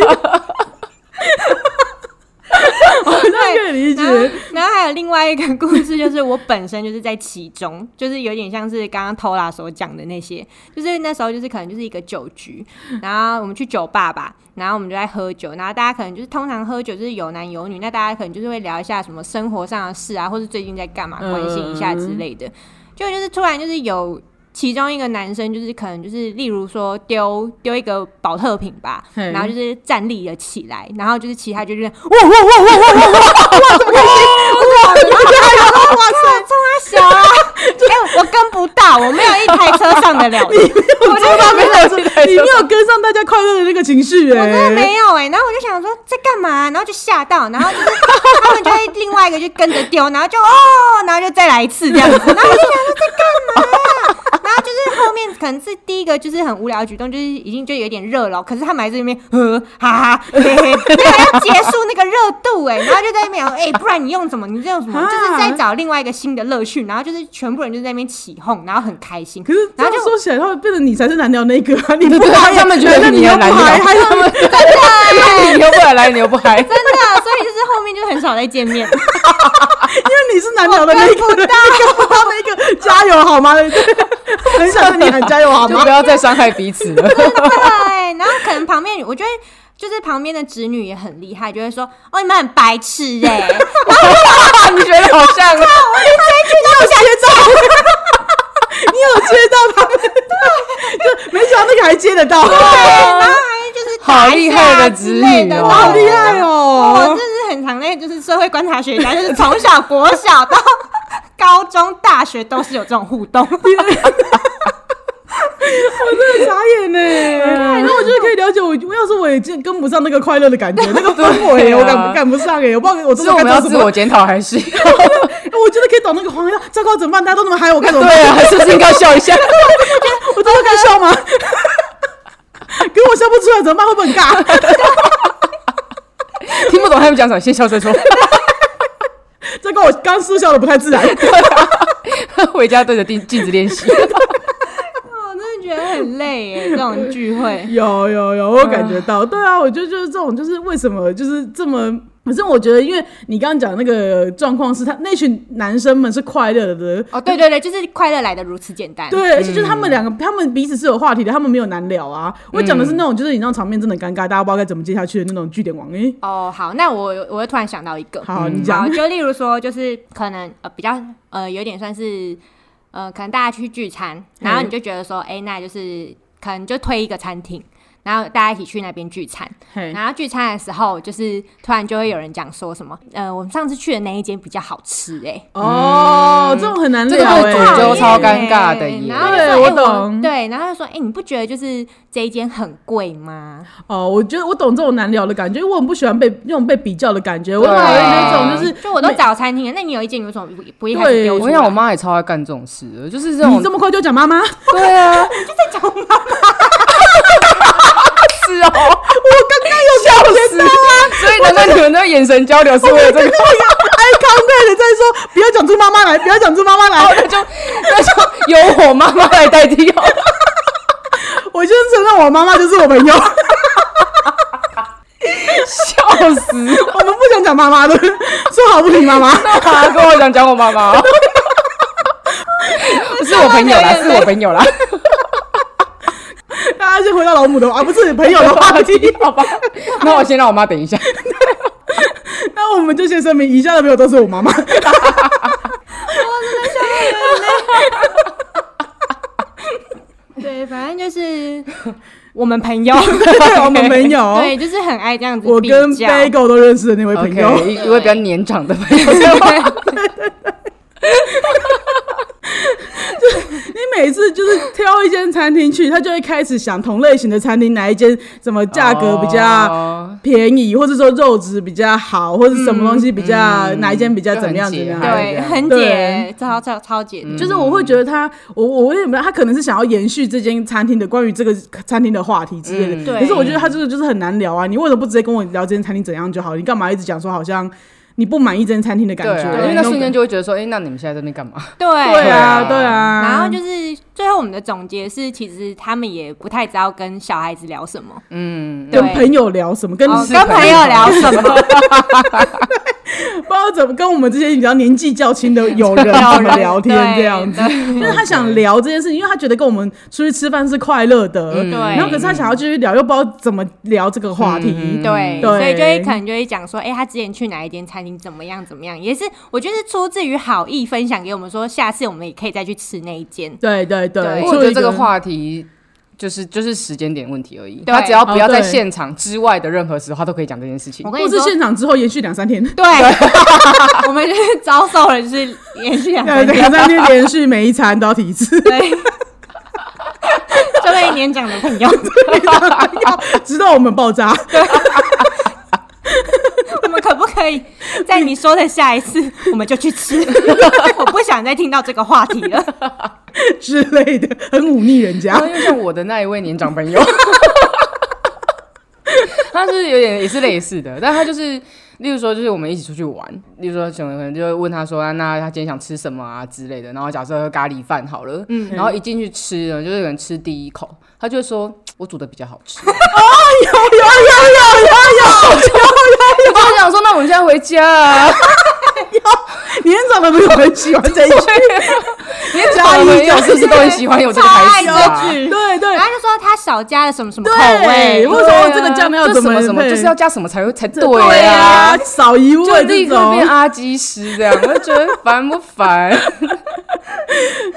S1: 我好像可以理
S2: 然后
S1: 解，，
S2: 然后还有另外一个故事，就是我本身就是在其中，就是有点像是刚刚 Tola 所讲的那些，就是那时候就是可能就是一个酒 局，然后我们去酒吧吧，然后我们就在喝酒，然后大家可能就是通常喝酒就是有男有女，那大家可能就是会聊一下什么生活上的事啊，或是最近在干嘛，
S1: 嗯
S2: 关心一下之类的。就就是突然就是有其中一个男生，就是可能就是例如说丢丢一个保特瓶吧，
S1: 嘿
S2: 然后就是站立了起来，然后就是其他就是哇哇哇哇哇哇哇哇，怎么开心？哇，然后就哇哇塞，冲他小啊！哎，我跟不到，我没有一台车上得了的，我真的
S1: 没有，你没
S3: 没
S1: 有跟上大家快乐的那个情绪、
S2: 我
S1: 哎，
S2: 真的没有哎、然后我就想说在干嘛、啊然后就吓到，然后就是 他们就会另外一个就跟着丢，然后就哦，然后就再来一次这样子，然后我就想说在干嘛、啊然后就是后面可能是第一个就是很无聊的举动，就是已经就有点热了，可是他们还在那边呵哈哈，嘿嘿，那个要结束那个热度哎、然后就在那边哎、不然你用什么？你这用什么？
S1: 啊
S2: 就是在找另外一个新的乐趣，然后就是全部人就在那边起哄，然后很开心。
S1: 可是这样
S2: 然后就
S1: 说起来，他会变成你才是难聊那一个啊！你
S3: 对
S1: 不
S3: 对
S1: 嗨，
S3: 他们觉得
S1: 那
S3: 你
S1: 你又
S3: 很
S1: 不
S3: 难
S1: 嗨，
S3: 聊
S1: 还有
S3: 你又不来来，你又不嗨，
S2: 真的，所以就是后面就很少再见面。
S1: 因为你是难聊的那一个，那个那个加油好吗？很想对你喊加油好
S3: 就
S1: 吗
S3: 不？要再伤害彼此了。
S2: 对，然后可能旁边，我觉得就是旁边的侄女也很厉害，就会说：“哦，你们很白痴哎、欸！”
S3: 你觉得好 像啊？
S1: 你有接到他们？就没想到那个还接得到，
S3: 呃
S2: 然后还就是打
S3: 好厉害的侄女哦
S2: 一下之类的
S1: 好厉害
S2: 我真
S1: 哦！
S2: 的是很常那，就是社会观察学家，就是从小国小到高中、大学都是有这种互动。
S1: 真的傻眼
S3: 哎
S1: 呢。哎然后我觉得可以了解，我我要是我也跟跟不上那个快乐的 感觉，那个氛围，
S3: 对啊
S1: 我赶赶不上哎，我不知道我真
S3: 是
S1: 的
S3: 我
S1: 该
S3: 们要
S1: 做什
S3: 自
S1: 么哎
S3: 我。检讨还是？
S1: 我觉得可以懂那个黄了，糟糕怎么办？大家都那么嗨，我该怎么办？
S3: 对啊，是不是应该笑一下？
S1: 我真的该笑吗？ 可我笑不出来怎么办？会不会很尬？
S3: 听不懂他们讲什么，先笑再说。
S1: 这个我刚是笑的不太自然。
S3: 回家对着镜镜子练习。
S2: 我真的觉得很累哎、这种聚会。
S1: 有有有，我感觉到，对啊，我觉得就是这种，就是为什么就是这么。可是我觉得，因为你刚刚讲的那个状况是他那群男生们是快乐的，
S2: 哦，对对对，就是快乐来的如此简单。
S1: 对，而且就是他
S3: 嗯
S1: 们两个，他们彼此是有话题的，他们没有难聊啊。我讲的
S3: 嗯
S1: 是那种，就是你让场面真的尴尬，大家不知道该怎么接下去的那种据点王。诶，
S2: 哦，好，那我我又突然想到一
S3: 嗯
S2: 个，
S1: 好，你
S2: 嗯好，
S1: 讲，
S2: 就例如说，就是可能呃比较呃有点算是呃，可能大家去聚餐，然后
S1: 嗯
S2: 你就觉得说，哎、那就是可能就推一个餐厅。然后大家一起去那边聚餐。
S1: 嘿，
S2: 然后聚餐的时候，就是突然就会有人讲说什么，呃，我们上次去的那一间比较好吃哎、
S1: 哦，这种很难
S3: 嗯这
S1: 聊欸，
S3: 个会主
S2: 讨
S3: 揪
S2: 厌
S3: 超尴尬
S2: 欸
S3: 的耶
S2: 然后就说
S1: 对我
S2: 欸
S1: 懂
S2: 对，然后就说，哎、你不觉得就是这一间很贵吗？
S1: 哦，我觉得我懂这种难聊的感觉，因为我很不喜欢被那种被比较的感觉，我
S3: 对
S1: 很
S3: 啊
S1: 讨厌那种就是
S2: 就我都
S1: 每
S2: 找餐厅了，那你有一间，你为什么不不一开
S1: 对
S2: 始丢
S3: 我
S2: 出
S3: 跟你
S2: 来？
S3: 讲，我妈也超爱干这种事的，就是这
S1: 你
S3: 种
S1: 这么快就讲妈妈，
S3: 对啊，你就在哦讲我妈妈。是哦，我刚刚有笑死，所以难怪你们的眼神交流是为了 这个，
S1: 哎，康贝的在说不要讲出妈妈来，不要讲出妈妈来，
S3: 那就那就由我妈妈来代替哦。
S1: 我先承认我妈妈就是我朋 友，我
S3: 笑死，
S1: 们不想讲妈妈的，说好不提 妈妈。
S3: 他跟我讲讲我妈妈 哦，是我朋友啦，是我朋友 啦，
S1: 大家先回到老母的啊，不是朋友的话题。
S3: 好吧？那我先让我妈等一下。
S1: 那我们就先声明，以下的朋友都是我妈妈。
S2: 对，反正就是我们朋友，
S1: 对，我们 朋友，
S2: 对，就是很爱这样子
S1: 我
S2: 比
S1: 跟
S2: 较。
S1: Bagel 都认识的那位朋友。
S3: OK，一位比较年长的朋友，
S1: 你每次就是挑一间餐厅去，他就会开始想同类型的餐厅哪一间什么价格比较
S3: 哦
S1: 便宜，或者说肉质比较好，或者什么东西比较、
S3: 嗯
S1: 哪一间比较怎么样
S3: 就
S1: 怎么
S3: 很
S1: 样。嗯
S3: 解
S2: 对，很解，超超超解的，
S1: 就是我会觉得他，我我为什么他可能是想要延续这间餐厅的关于这个餐厅的话题之类的，
S3: 嗯
S2: 对
S1: 可是我觉得他这个就是很难聊啊！你为什么不直接跟我聊这间餐厅怎样就好？你干嘛一直讲说好像你不满意这间餐厅的感
S3: 对
S1: 觉？
S3: 啊，因为那瞬间就会觉得说，哎，那你们现在在那边干嘛？
S2: 对。
S1: 对啊，
S3: 对啊
S1: 对啊。
S2: 然后就是最后我们的总结是，其实他们也不太知道跟小孩子聊什么，
S3: 嗯，
S2: 对
S1: 跟朋友聊什么？跟
S2: 哦
S1: 不
S3: 是
S2: 跟
S3: 朋
S2: 朋
S3: 友
S2: 友聊什么，
S1: 知道怎么跟我们这些比较年纪较轻的友 人
S2: 有
S1: 怎么
S2: 人
S1: 聊天这样子。，
S2: 对
S1: 因为他想聊这件事情，因为他觉得跟我们出去吃饭是快乐的，
S3: 嗯
S2: 对
S1: 然后可是他想要继续聊，又不知道怎么聊这个话题。
S3: 嗯嗯嗯
S2: 对，
S1: 对
S2: 所以就会可能就会讲说，哎、他之前去哪一间餐厅怎么样怎么样，也是我觉得是出自于好意分享给我们说，下次我们也可以再去吃那一间。
S1: 对对对，
S2: 对
S3: 我觉得这个话题就是就是时间点问题而已。
S2: 对
S3: 他只要不要
S1: 哦对
S3: 在现场之外的任何时候，他都可以讲这件事情
S2: 我。跟
S1: 或
S2: 你
S1: 是
S2: 说，
S1: 现场之后延续两 三天，
S2: 对，我们就是遭受了，就是连续两
S1: 对，
S2: 三天，
S1: 两三天连续每一餐都要提一次，
S2: 对，这位年长的朋友，
S1: 直到我们爆炸。
S2: 我们可不可以在你说的下一次，我们就去吃？我不想再听到这个话题了。
S1: 之类的，很忤逆人
S3: 然后
S1: 家。
S3: 又像我的那一位年长朋友， 他是有点也是类似的，但他就是。例如说，就是我们一起出去玩，例如说，可能就会问他说，啊那他今天想吃什么啊之类的。然后假设咖喱饭好了，嗯，然后一进去吃呢，就是可能吃第一口，他就会说，我煮的比较 好吃。
S1: 有有有有有有
S3: 我就想说，那我们现在回 家啊，
S1: 有，年长的朋友很喜欢这一句，
S3: 你
S1: 哦
S3: 讲朋友是不是都很喜欢有这个台词、
S2: 超爱
S3: 啊？
S2: 这句
S1: 对对
S2: 然后他就说他少加了什么什么口味
S1: 对，，为什么这个酱料
S3: 啊这
S1: 怎
S3: 什么什么，
S1: 配
S3: 就是要加什么才会才
S1: 对
S3: 啊
S1: 啊，，少一
S3: 就
S1: 位
S3: 立
S1: 这
S3: 刻变
S1: 种，
S3: 阿基师这样， 我就觉得烦不烦？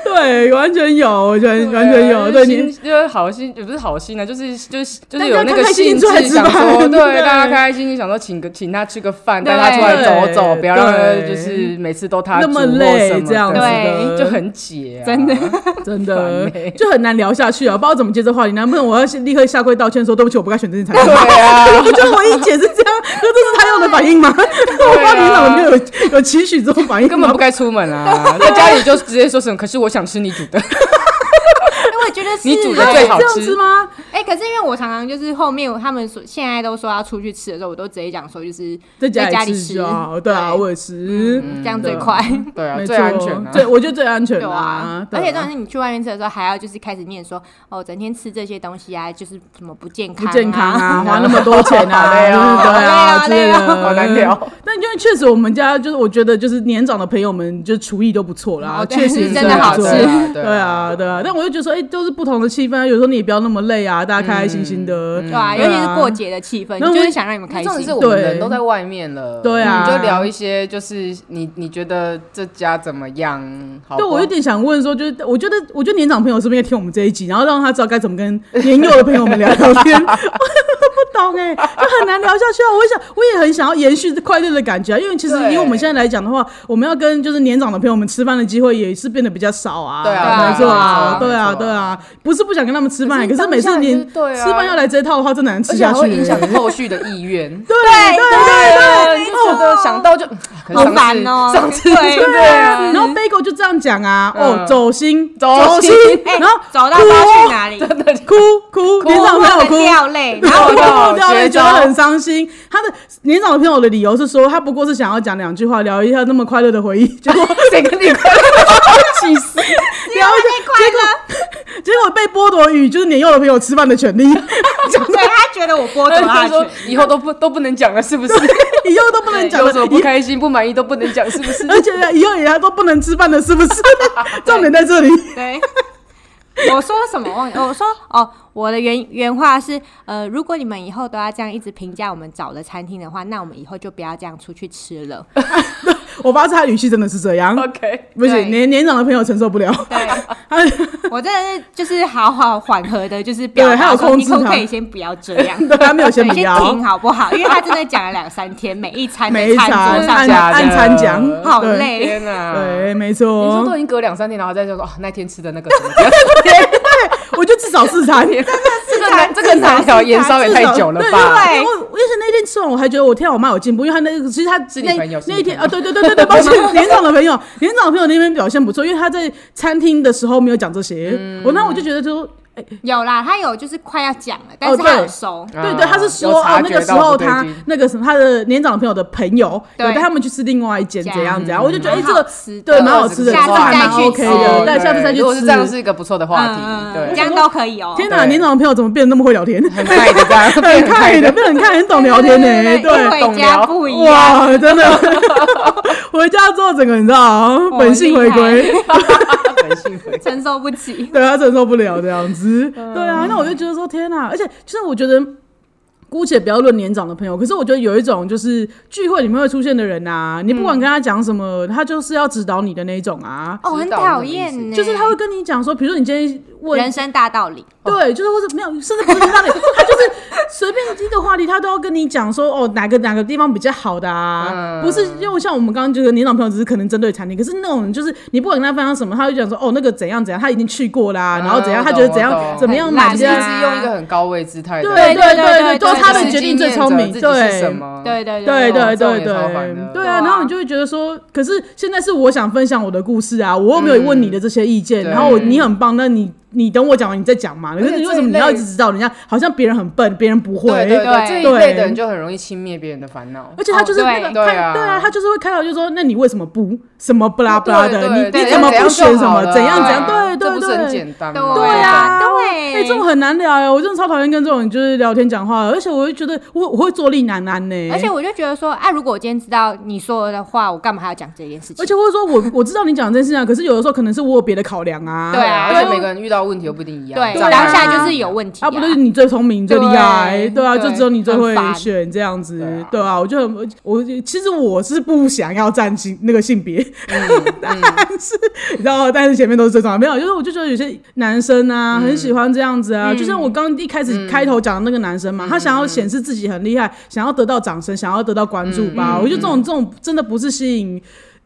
S1: 对，完全有，完全完全有， 对
S3: 啊心
S1: 你。
S3: 就是好心，也不是好心啊，就是就是就是
S1: 大
S3: 有
S1: 家
S3: 那个
S1: 开开心
S3: 兴
S1: 心出来
S3: 致
S1: 吃
S3: 想 说，
S1: 饭
S3: 对，
S1: 对
S3: 大家开开心心想说请个请他吃个饭，
S2: 对
S3: 带他出来走
S1: 对
S3: 走，不要让他
S1: 对
S3: 就是每次都他
S1: 那么
S3: 煮或什
S1: 累，
S3: 的
S1: 这样子的
S2: 对
S3: 就很解啊，
S2: 真的
S1: 真的
S3: 烦欸
S1: 就很难聊下去啊！不知道怎么接这话题，难不成我要先立刻下跪道歉说对不起，我不该选这件产品？
S3: 对啊。
S1: 我觉得我一姐是这样，可这是她要的反应吗？我不知道你怎么没有有期许这种反应，
S3: 根本不该出 门啊，在家里就直接说什么，可是我想吃你煮的，
S2: 因为我觉得是
S3: 你煮的
S2: 欸
S3: 最好
S1: 这样
S3: 吃
S1: 子吗？
S2: 哎、可是因为我常常就是后面他们说现在都说要出去吃的时候，我都直接讲说就是
S1: 在
S2: 家
S1: 家里
S2: 吃
S1: 吃就好。对啊，我也是，
S2: 这样最快。
S3: 嗯对啊，
S1: 没
S3: 最
S1: 错
S3: 安全啊，
S1: 对，我觉得最安全
S2: 对啊，
S1: 对
S2: 而且重点是你去外面吃的时候，还要就是开始念说，哦，整天吃这些东西啊，就是什么不健康、
S1: 不
S2: 啊，
S1: 健康啊，花那么多钱 啊，
S3: 好累哦
S1: 就是对啊
S2: 好
S1: 之
S2: 累
S1: 类
S2: 哦
S1: 的，嗯
S3: 好难聊。
S1: 但因为确实我们家就是，我觉得就是年长的朋友们，就厨艺都不错啦，
S2: 哦对
S1: 确实
S2: 是真的好吃
S1: 对啊
S3: 对
S1: 对啊，对啊。但我就觉得说，哎，都是不同的气氛啊，有时候你也不要那么累啊，大家开开心心的。
S2: 对啊，
S1: 对
S2: 尤其是
S1: 啊
S2: 过节的气氛，
S1: 那我
S2: 你就是想让你们开
S3: 重点
S2: 心
S3: 是。我们
S1: 对
S3: 人都在外面了，
S1: 对啊
S3: 你就聊一些就是你你觉得这家怎么样？好不
S1: 对，
S3: 好，
S1: 我有点想问说，就是我觉得，我觉得年长朋友是不是应该听我们这一集，然后让他知道该怎么跟年幼的朋友们聊聊 天？我不懂哎、就很难聊下去啊！我也想，我也很想要延续快乐的感觉、啊，因为其实
S3: 对
S1: 以我们现在来讲的话，我们要跟就是年长的朋友们吃饭的机会也是变得比较少啊。
S3: 对啊
S2: 对啊
S1: 没错啊，
S3: 没错
S1: 对啊，
S3: 没错
S1: 对啊，不是不想跟他们吃饭，
S3: 可
S1: 可
S3: 是
S1: 是每次
S3: 当下
S1: 你
S3: 就是对啊
S1: 吃饭要来这一套的话，真难吃
S3: 而且
S1: 下
S3: 还
S1: 去、
S3: 会影响你后续的意 愿。
S1: 对
S2: 对
S1: 对对。
S3: 啊，你就觉得想到就嗯可是
S2: 好
S3: 上次
S2: 烦哦
S3: 上次
S2: 对
S3: 对啊，
S1: 然后 Bagel 就这样讲啊，
S3: 嗯
S1: 哦，走心，
S3: 走心
S1: 心
S2: 哎，，
S1: 然后
S2: 走到
S1: 哭
S2: 不知道
S1: 哦
S2: 去哪里，
S1: 哭哭，年长
S2: 哭
S1: 朋友
S2: 得
S1: 哭，
S2: 掉泪，
S1: 然
S2: 然后
S1: 后
S2: 我
S1: 我
S2: 就
S1: 就掉
S3: 绝
S1: 泪，觉得
S3: 招
S1: 很伤心。他的年长的朋友的理由是说，他不过是想要讲两句话，聊一下那么快乐的回忆， 结果
S3: 谁跟你快乐？气死！
S2: 聊天快
S1: 结果被剥夺与就是年幼的朋友吃饭的权利，
S2: 乐，所以他觉得我剥夺了
S3: 他
S2: 他
S3: 就说
S2: 去。
S3: 以后都不都不能讲了，是不是？
S1: 以后都不能讲
S3: 有什
S1: 了
S3: 么，不
S1: 以
S3: 开心、不满意都不能讲，是不 是？
S1: 而且以后也都不能吃饭了，是不是？ 重点在这里。
S2: 对，我说什么？忘记我说哦，我的原原话是呃，如果你们以后都要这样一直评价我们找的餐厅的话，那我们以后就不要这样出去吃了。
S1: 我发现他语气真的是这样，
S3: OK，
S1: 不
S2: 对
S1: 行，年年长的朋友承受不了。
S2: 对
S1: 他
S2: 我真的是就是好好缓和的，就是表
S1: 对还
S2: 达
S1: 有
S2: 说
S1: 控
S2: 你
S1: 制
S2: 可不
S1: 他
S2: 可以先不要这样？
S1: 他没有先
S2: 对
S1: 不
S2: 先
S1: 要
S2: 停好不好？因为他真的讲了两三天，每一餐
S1: 每一
S2: 餐
S1: 餐啊
S2: 桌上
S1: 按
S3: 下
S2: 讲，
S3: 的
S1: 按餐讲，
S2: 好
S1: 对。哦
S2: 累。
S3: 天哪！
S1: 对，没
S3: 你说
S1: 错
S3: 都已，经隔两三天，然后再就说哦，那天吃的那个什么，
S1: 我就至少四 餐，
S3: 这个难，这个难聊，盐烧也太久了吧？
S1: 对，因为我也是那天吃完，我还觉得我天啊，我妈有进步，因为她那个其实她
S3: 是你
S1: 那
S3: 朋友是你
S1: 那一天
S3: 朋友
S1: 啊，对对对 对对，抱歉，年长的朋友，年长的朋友那边表现不错，因为她在餐厅的时候没有讲这些，
S3: 嗯
S1: 我那我就觉得就。哎
S2: 有啦，他有就是快要讲了，但
S1: 哦
S2: 是他有
S1: 对
S2: 收。
S1: 对对，
S3: 啊
S1: 她是
S3: 有
S1: 说
S3: 察
S1: 哦，那个
S3: 觉
S1: 时
S3: 到
S1: 候
S3: 不对
S1: 她
S3: 劲
S1: 那个什么，她的年长的朋友的朋友有
S2: 对
S1: 带他们去吃另外一间，
S2: 这
S1: 怎样
S2: 样
S1: 怎样，我就觉得哎，这
S2: 蛮好
S1: 个
S2: 吃的
S3: 呃
S1: 对蛮好吃的，这
S2: 下次
S1: 还蛮
S2: 再去
S1: OK
S2: 吃
S1: 的，但下次再去
S3: 如果是
S1: 吃
S3: 这。样，是一个不错的话题。
S2: 嗯
S3: 对，
S2: 这样都可以哦。
S1: 天哪，
S3: 对
S1: 年长的朋友怎么变得那么会聊 天？
S3: 很快的这样，
S1: 很看的，变得很看，很懂聊天呢、对，
S2: 对，回家不一样，
S1: 哇，真的， 回家之后整个你知道，本性回归，
S3: 很幸 福。
S2: 承受不起。
S1: 对他承受不了这样子。对啊，那我就觉得说天哪、而且其实我觉得。姑且不要论年长的朋友，可是我觉得有一种就是聚会里面会出现的人啊，你不管跟他讲什么，他就是要指导你的那一种啊，
S2: 哦，很讨厌呢。
S1: 就是他会跟你讲说，比如说你今天问
S2: 人生大道理，
S1: 对，就是或者没有，甚至不是让你，他就是随便一个话题，他都要跟你讲说哦，哪个哪个地方比较好的啊？
S3: 嗯
S1: 不是，因为像我们刚刚觉得年长朋友只是可能针对餐厅，可是那种人就是你不管跟他分享什么，他就讲说哦，那个怎样怎样，他已经去过啦，然后怎样，
S3: 嗯
S1: 他觉得
S3: 懂
S1: 怎样
S3: 我懂
S1: 怎么样买
S2: 很烂
S3: 你
S1: 这
S3: 就
S1: 样
S2: 啊
S3: 是用一个很高位姿态的，
S1: 对对
S2: 对对
S1: 对，都是他
S2: 对
S1: 们
S2: 对
S1: 决定最聪明，
S3: 自己是什
S1: 对。
S3: 么？
S2: 对对
S1: 对对
S3: 啊这种
S1: 对
S3: 也超烦
S1: 对
S3: 的
S1: 对
S2: 对啊
S1: 啊，然后你就会觉得说，可是现在是我想分享我的故事啊，我又没有问你的这些意见，
S3: 嗯对
S1: 然后我你很棒，那你你等我讲完你再讲嘛。可
S3: 而且
S1: 是你为什么
S3: 最
S1: 你要
S3: 累
S1: 一直指导人家？好像别人很笨，别人不会，
S3: 对对对，
S2: 对
S3: 这一类的人就很容易轻蔑别人的烦恼。
S1: 而且他就是那个开，
S2: 哦
S3: 对对啊
S1: 对啊，他就是会开头就说，那你为什么不什么不拉不拉
S3: 对
S1: 的？
S3: 对
S1: 你
S3: 对
S1: 你怎么不选什么？怎
S3: 怎
S1: 样
S3: 样
S1: 怎
S3: 怎
S1: 样？对
S3: 样就好了啊这
S1: 对
S3: 不是很
S1: 对。
S3: 简单吗？
S2: 对
S1: 对啊，
S2: 对
S1: 哎，这种很难聊哎，我真的超讨厌跟这种人就是聊天讲话，而且我会觉得我我会坐立难安呢。
S2: 而且我就觉得说，啊，如果我今天知道你说的话，我干嘛还要讲这件事情
S1: 而？且我会说我我知道你讲这件事情啊，可是有的时候可能是我有别的考量啊。
S2: 对啊
S3: 而且每个人遇到问题又不一定一样。
S2: 对，
S1: 对啊
S2: 当下就是有问题
S1: 啊，不对，你最聪明、你最厉害，
S2: 对
S1: 对啊，
S2: 对
S1: 就只有你最会
S2: 很烦
S1: 选这样子
S3: 对啊，
S1: 对啊，我就很我其实我是不想要占性那个性别， 但是你知道，但是前面都是正常的，没有，就是我就觉得有些男生啊，很喜欢这样子啊，就像我刚一开始开头讲的那个男生嘛，他想要显示自己很厉害，想要得到掌声，想要得到关注吧，我觉得这种这种真的不是吸引。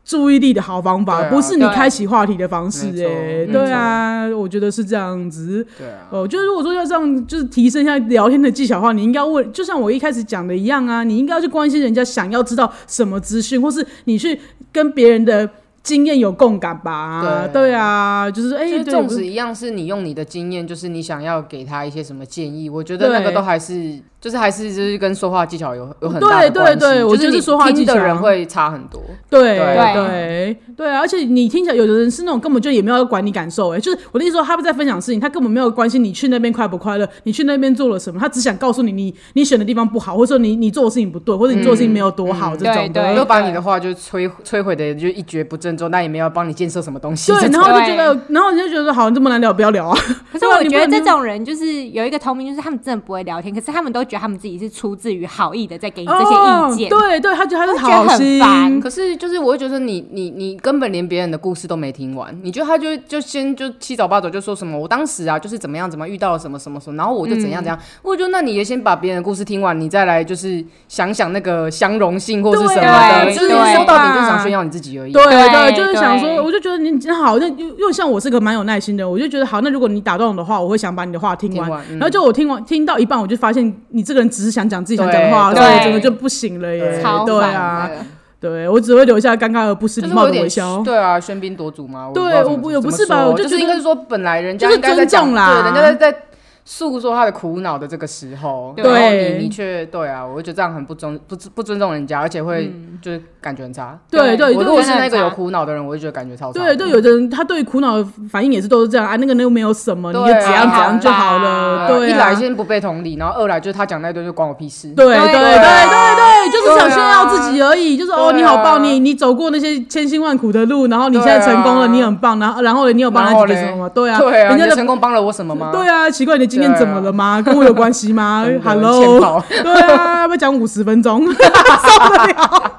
S1: 注意力的好方法，
S3: 对啊
S1: 不是你
S2: 对啊
S1: 开启话题的方式、
S3: 没错
S1: 哎，
S3: 没
S1: 对啊，我觉得是这样子。
S3: 对啊，
S1: 哦，就是如果说要这样，就是提升一下聊天的技巧的话，你应该问，就像我一开始讲的一样啊，你应该要去关心人家想要知道什么资讯，或是你去跟别人的经验有共感吧。
S3: 对
S1: 对啊，就是哎，
S3: 就是
S1: 对
S3: 纵
S1: 我
S3: 使一样是你用你的经验，就是你想要给他一些什么建议，我觉得那个
S1: 对
S3: 都还是就是还是就是跟说话技巧有有很
S1: 对
S3: 大的
S1: 对
S3: 关系
S1: 对我觉
S3: 就
S1: 得
S3: 是你
S1: 说话
S3: 听
S1: 技巧啊
S3: 的人会差很多。
S1: 对
S3: 对
S1: 对对啊，而且你听起来，有的人是那种根本就也没有要管你感受、欸，哎，就是我的意思说，他不在分享事情，他根本没有关心你去那边快不快乐，你去那边做了什么，他只想告诉你你你选的地方不好，或者说你你做的事情不对，或者你做的事情没有多
S3: 嗯
S1: 好、这种的。
S2: 对
S3: 都把你的话就摧摧毁的就一蹶不振之后，那也没有帮你建设什么东西。
S1: 对，然
S3: 这种
S1: 后就觉得，然后你就觉得好，你这么难聊，不要聊啊。
S2: 可是我觉得这种人就是有一个通病，就是他们真的不会聊天，可是他们都觉得他们自己是出自于好意的在给你这些意见。
S1: 哦、对对，他觉得他是
S2: 他觉得
S1: 好
S2: 很
S1: 心，
S2: 烦
S3: 可是就是我会觉得你你你根本连别人的故事都没听完，你觉得他就就先就七早八早就说什么我当时啊就是怎么样怎么样遇到了什么什么什么，然后我就怎样
S2: 嗯
S3: 怎样，我就那你也先把别人的故事听完，你再来就是想想那个相容性或是什么的，
S2: 对
S3: 就是
S2: 对
S3: 说到底就是想炫耀你自己而已。
S1: 对
S2: 对啊
S1: 就是
S2: 对
S1: 想说，我就觉得你你好，那又又像我是个蛮有耐心的人，我就觉得好，那如果你打断我的话，我会想把你的话听完。
S3: 听完嗯
S1: 然后就我听完听到一半，我就发现你这个人只是想讲自己想讲的话，
S3: 对
S1: 所以我
S2: 对
S1: 整个就不行了耶。
S2: 超
S1: 对
S2: 烦
S1: 啊，
S2: 的
S1: 对我只会留下尴尬而不失
S3: 就
S1: 礼
S3: 是我
S1: 貌
S3: 有
S1: 的
S3: 点
S1: 微笑。
S3: 对啊，喧宾夺主嘛。我
S1: 对
S3: 不知道怎么
S1: 我不也不
S3: 怎么
S1: 是吧
S3: 说
S1: 我就
S3: 就是
S1: 觉
S3: 应
S1: 得
S3: 该是说本来人家
S1: 就是
S3: 应该在
S1: 尊
S3: 讲
S1: 重啦
S3: 对，人家在在诉说他的苦恼的这个时候，
S2: 对
S3: 然后你你却对啊，我就觉得这样很不尊不不尊重人家，而且会就是感觉很差。
S1: 对
S2: 对
S1: 嗯对，
S3: 我
S1: 就
S3: 如果
S1: 是
S3: 是那个有
S2: 差
S3: 苦恼的人，我就觉得感觉超差。
S1: 对对，有的人他对苦恼的反应也是都是这样啊，那个人又没有什么，你就
S3: 对啊
S1: 怎样怎样就好了。
S3: 啊
S1: 对啊，
S3: 一来先不被同理，然后二来就是他讲那一堆就关我屁事。
S1: 对对对对
S2: 对
S1: 对，就是想
S3: 对啊
S1: 炫耀自己而已，就是哦，
S3: 对啊
S1: 你好棒，你你走过那些千辛万苦的路，然后你现在成功了，
S3: 对啊
S1: 你很棒，然后然后嘞，你有帮
S3: 然后
S1: 他解
S3: 嘞
S1: 决什么吗？对啊，
S3: 对啊，
S1: 人
S3: 你
S1: 家
S3: 的
S1: 的
S3: 成功帮了我什么吗？
S1: 对啊，奇怪，你的经验怎么了吗？跟我有关系吗
S3: 真的欠
S1: ？Hello，
S3: 跑
S1: 对啊，要不要讲五十分钟？ 受不了，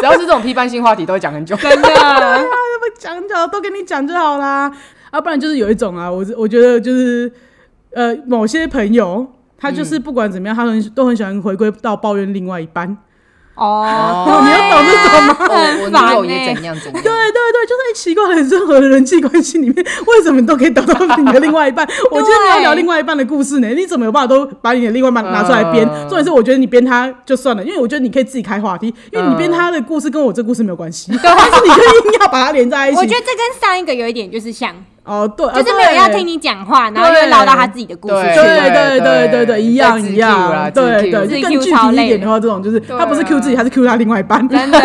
S3: 只要是这种批判性话题，都会讲很久。
S2: 真的，
S1: 讲讲都跟你讲就好啦。啊，不然就是有一种啊，我我觉得就是呃，某些朋友他
S3: 嗯
S1: 就是不管怎么样，他很都很喜欢回归到抱怨另外一半。
S2: 哦，
S1: 啊你要懂这种吗？
S3: 哦我
S2: 很烦
S3: 女友也
S2: 欸
S3: 怎样怎
S1: 对
S3: 样。
S1: 对对，就是很奇怪的，任何的人际关系里面，为什么你都可以得到你的另外一 半？我今天要聊另外一半的故事呢，你怎么有办法都把你的另外一半拿出来编？
S3: 嗯
S1: 重点是，我觉得你编他就算了，因为我觉得你可以自己开话题，因为你编
S3: 嗯
S1: 他的故事跟我这故事没有关系，但是你就硬要把它连在一起。
S2: 嗯 我觉得这跟上一个有一点就是像，
S1: 哦，对，啊
S2: 就是没有要听。你讲话，然后又唠到他自己的故事
S1: 对
S3: 对
S2: 去。
S1: 对对对对
S3: 对
S1: 对，
S3: 对
S1: 一样
S3: 在自
S1: 一
S3: Q 啦
S1: 样，
S3: 自
S1: 对
S3: Q
S1: 对，
S2: 自
S1: 更
S2: Q
S1: 具
S2: 超
S1: 体一
S2: 累
S1: 点的话，这种就是他不是
S3: 对啊
S1: Q 自己，他是 Q 他另外一半，
S2: 真的，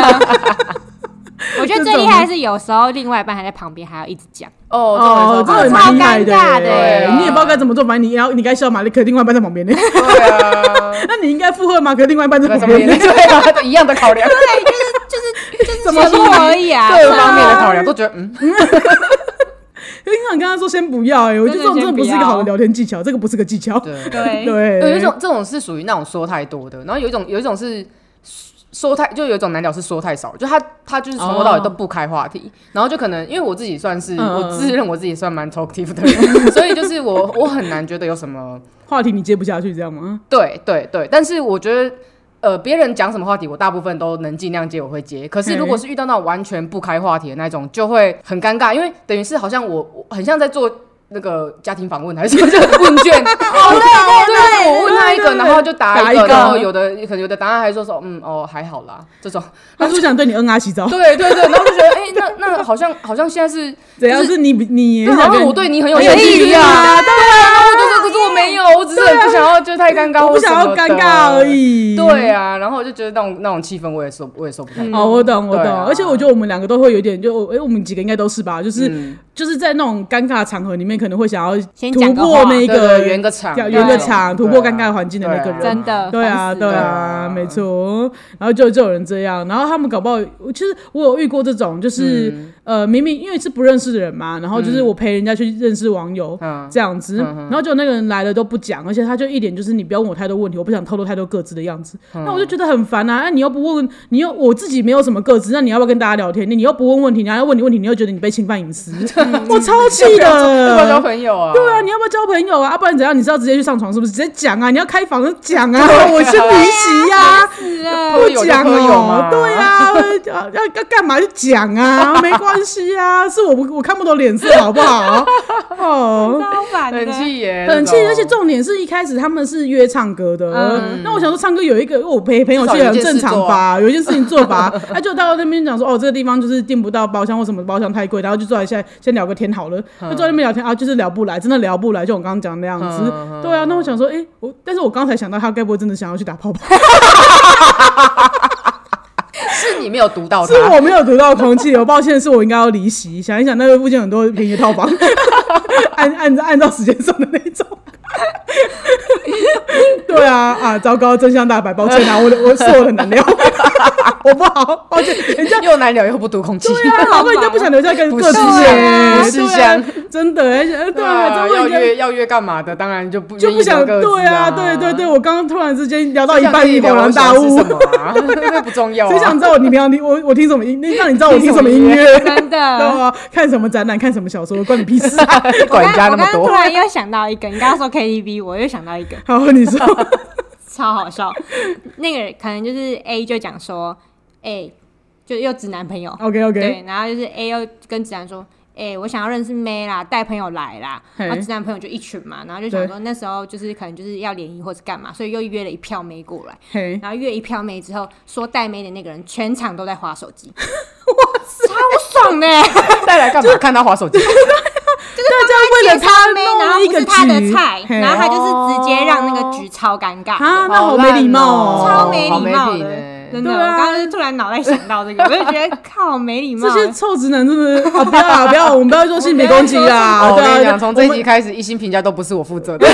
S2: 我觉得最厉害的是有时候另外一半还在旁边，还要一直讲。
S3: 哦，
S1: 这
S3: 种
S1: 个
S3: 人
S2: 超
S1: 蛮厉害
S2: 尴尬
S1: 耶
S2: 的啊
S3: 耶
S1: 你也不知道该怎么做，反正你然后你该笑嘛，可另外一半在旁边呢，
S3: 对啊，
S1: 那你应该附和嘛，可另外一半在
S3: 那
S1: 旁
S3: 什么
S1: 边
S3: 也
S1: 呢，
S3: 对啊，都一样的考 量，
S2: 对，就是就是
S1: 怎
S2: 就
S1: 么
S2: 是全部而已啊，
S3: 各方面的考量都觉得嗯，
S1: 因为你刚刚说先不要哎、我觉得这种真的不是一个好的聊天技巧，这个不是个技巧。
S3: 对。
S2: 对
S1: 对，
S3: 有一种这种是属于那种说太多的，然后有一种有一种是说太，就有一种难聊是说太少，就他他就是从头到尾都不开话题，然后就可能因为我自己算是、
S1: 嗯
S3: 我自认我自己算蛮 talkative 的人， 所以就是我我很难觉得有什么
S1: 话题你接不下去，这样吗？
S3: 对对对，但是我觉得。呃，别人讲什么话题，我大部分都能尽量接，我会接。可是如果是遇到那种完全不开话题的那种，就会很尴尬，因为等于是好像我我很像在做那个家庭访问还是什么这个问卷，
S2: 哦，对对
S3: 对，
S2: 对，
S3: 我问他一个，
S1: 对对对
S3: 然后就答
S1: 答
S3: 一
S1: 一
S3: 个，
S1: 个
S3: 然后有的可能有的答案还说说，嗯，哦，还好啦，这种。
S1: 他是不是想对你恩爱洗澡？
S3: 对对对，然后就觉得，哎，那那好像好像现在是，
S1: 怎样是你比你
S3: 对，好像我对你很有兴趣啊，
S1: 啊？
S3: 对啊，然后我就说，可是我没有，我只是很不想要，就是太尴尬，
S1: 我不想要尴尬而。
S2: 嗯
S1: 已。
S3: 对。啊，然后我就觉得那种那种气氛，我也受我也受不太了。
S1: 哦，我懂，我懂，
S3: 对啊
S1: 而且我觉得我们两个都会有点，就哎、我们几个应该都是吧，就是、
S3: 嗯
S1: 就是在那种尴尬场合里面，可能会想要
S2: 先
S1: 突
S2: 讲个话
S1: 破那
S3: 一
S1: 个
S3: 圆个场，
S1: 要
S2: 圆个
S1: 场突破尴尬环境的那个人
S2: 真的，
S1: 对啊，
S2: 烦死
S1: 对啊，
S2: 了
S3: 对啊
S1: 没错。然后就就有人这样，然后他们搞不好，其实我有遇过这种，就是、
S3: 嗯
S1: 呃，明明因为是不认识的人嘛，然后就是我陪人家去认识网友。
S3: 嗯，
S1: 这样子，然后就那个人来了都不讲，而且他就一脸就是你不要问我太多问题，我不想透露太多各自的样子。
S3: 嗯
S1: 那我就觉得很烦啊！那你又不问，你又我自己没有什么各自，那你要不要跟大家聊天？你你又不问问题，人家问你问题，你又觉得你被侵犯隐 私，我超气
S3: 嗯要不要交
S1: 的。
S3: 朋友啊？
S1: 对啊，你要不要交朋友啊？啊，不然怎样？你是要直接去上床是不是？直接讲啊！你要开房就讲啊！我是离席呀、
S2: 是啊，
S3: 喝
S1: 不
S3: 友就
S1: 讲
S3: 喝友
S1: 哦
S3: 嘛，
S1: 对啊，要要要干嘛就讲啊，没关系啊，是我不我看不懂脸色，好不好？ 哦。
S2: 超烦的，
S3: 很气耶，
S1: 很气
S3: 这，种
S1: 而且重点是一开始他们是约唱歌的，
S2: 嗯
S1: 那我想说唱歌有一个，我陪朋友去很正常
S3: 啊
S1: 吧， 啊有一件 事情做吧，他就到那边讲说，哦，这个地方就是订不到包厢或什么包厢太贵，然后就坐来下先聊个天好了，就坐在那边聊天啊，就是聊不来，真的聊不来，就我刚刚讲的那样子。
S3: 嗯嗯
S1: 对啊，那我想说，哎、我但是我刚才想到他该不会真的想要去打泡泡？
S3: 是你没有读到
S1: 是我没有读到空气，我抱歉，是我应该要离席。想一想，那个附近很多便宜套房， 按按按照时间算的那种。对啊啊，糟糕，真相大白，抱歉啊，我的我是我很难聊，我不好，抱歉，人家。
S3: 又难聊又不读空气，
S1: 对啊，老板人家不想留下跟
S3: 不
S1: 各自
S3: 是
S1: 耶，
S3: 不是
S1: 对啊
S3: 香
S1: 真的哎，而且对啊，
S3: 啊，
S1: 真的
S3: 要
S1: 人家
S3: 约要约干嘛的？当然就不
S1: 就不想对
S3: 啊，
S1: 啊，对对对，，我刚刚突然之间聊到
S3: 到
S1: 一半，
S3: 一
S1: 恍然大悟
S3: 什，么啊？ 那不重要啊，
S1: 谁想知道你平常听我我听什么音？那让你知道我听什么音乐？
S2: 真
S1: 对
S2: 的。
S1: 啊，看什么展览，看什么小说，关你屁事、啊！
S3: 管人家
S2: 我
S3: 那
S2: 刚
S3: 么
S2: 刚突
S3: 多？
S2: 然又想到一个，你刚刚说 KTV，我又想到一个，
S1: 好，你说，
S2: 超好笑。那个人可能就是 A 就讲说，哎、就又指男朋友
S1: OK OK，
S2: 对，然后就是 A 又跟指南说，哎、我想要认识妹啦，带朋友来啦。
S1: 嘿
S2: 然后指南朋友就一群嘛，然后就想说那时候就是可能就是要联谊或者干嘛，所以又约了一票妹过来。
S1: 嘿，
S2: 然后约一票妹之后，说带妹的那个人全场都在划手机，哇塞，超爽的、欸
S3: 带来干嘛？看他划手机，
S1: 大家为了他
S2: 妹，然后
S1: 弄一
S2: 不
S1: 个
S2: 是他的
S1: 局
S2: 菜，
S1: 嘿哦
S2: 然后他就是直接让那个局超尴尬的。
S1: 啊，那好没礼貌
S2: 超
S1: 哦，
S2: 没礼
S3: 好
S2: 貌
S3: 没品
S2: 的
S3: 欸，
S2: 真的，
S1: 对
S2: 我
S1: 啊
S2: 刚刚就突然脑袋想到这个，我就觉得 靠没礼貌欸
S1: 这。些臭直男真的啊，不要啊，不 要，我们不要做性别攻击啦，
S3: 哦我
S1: 对
S3: 跟你
S1: 啊，
S3: 讲，从这一
S1: 我
S3: 集
S1: 们
S3: 开始，一星评价都不是我负 责的。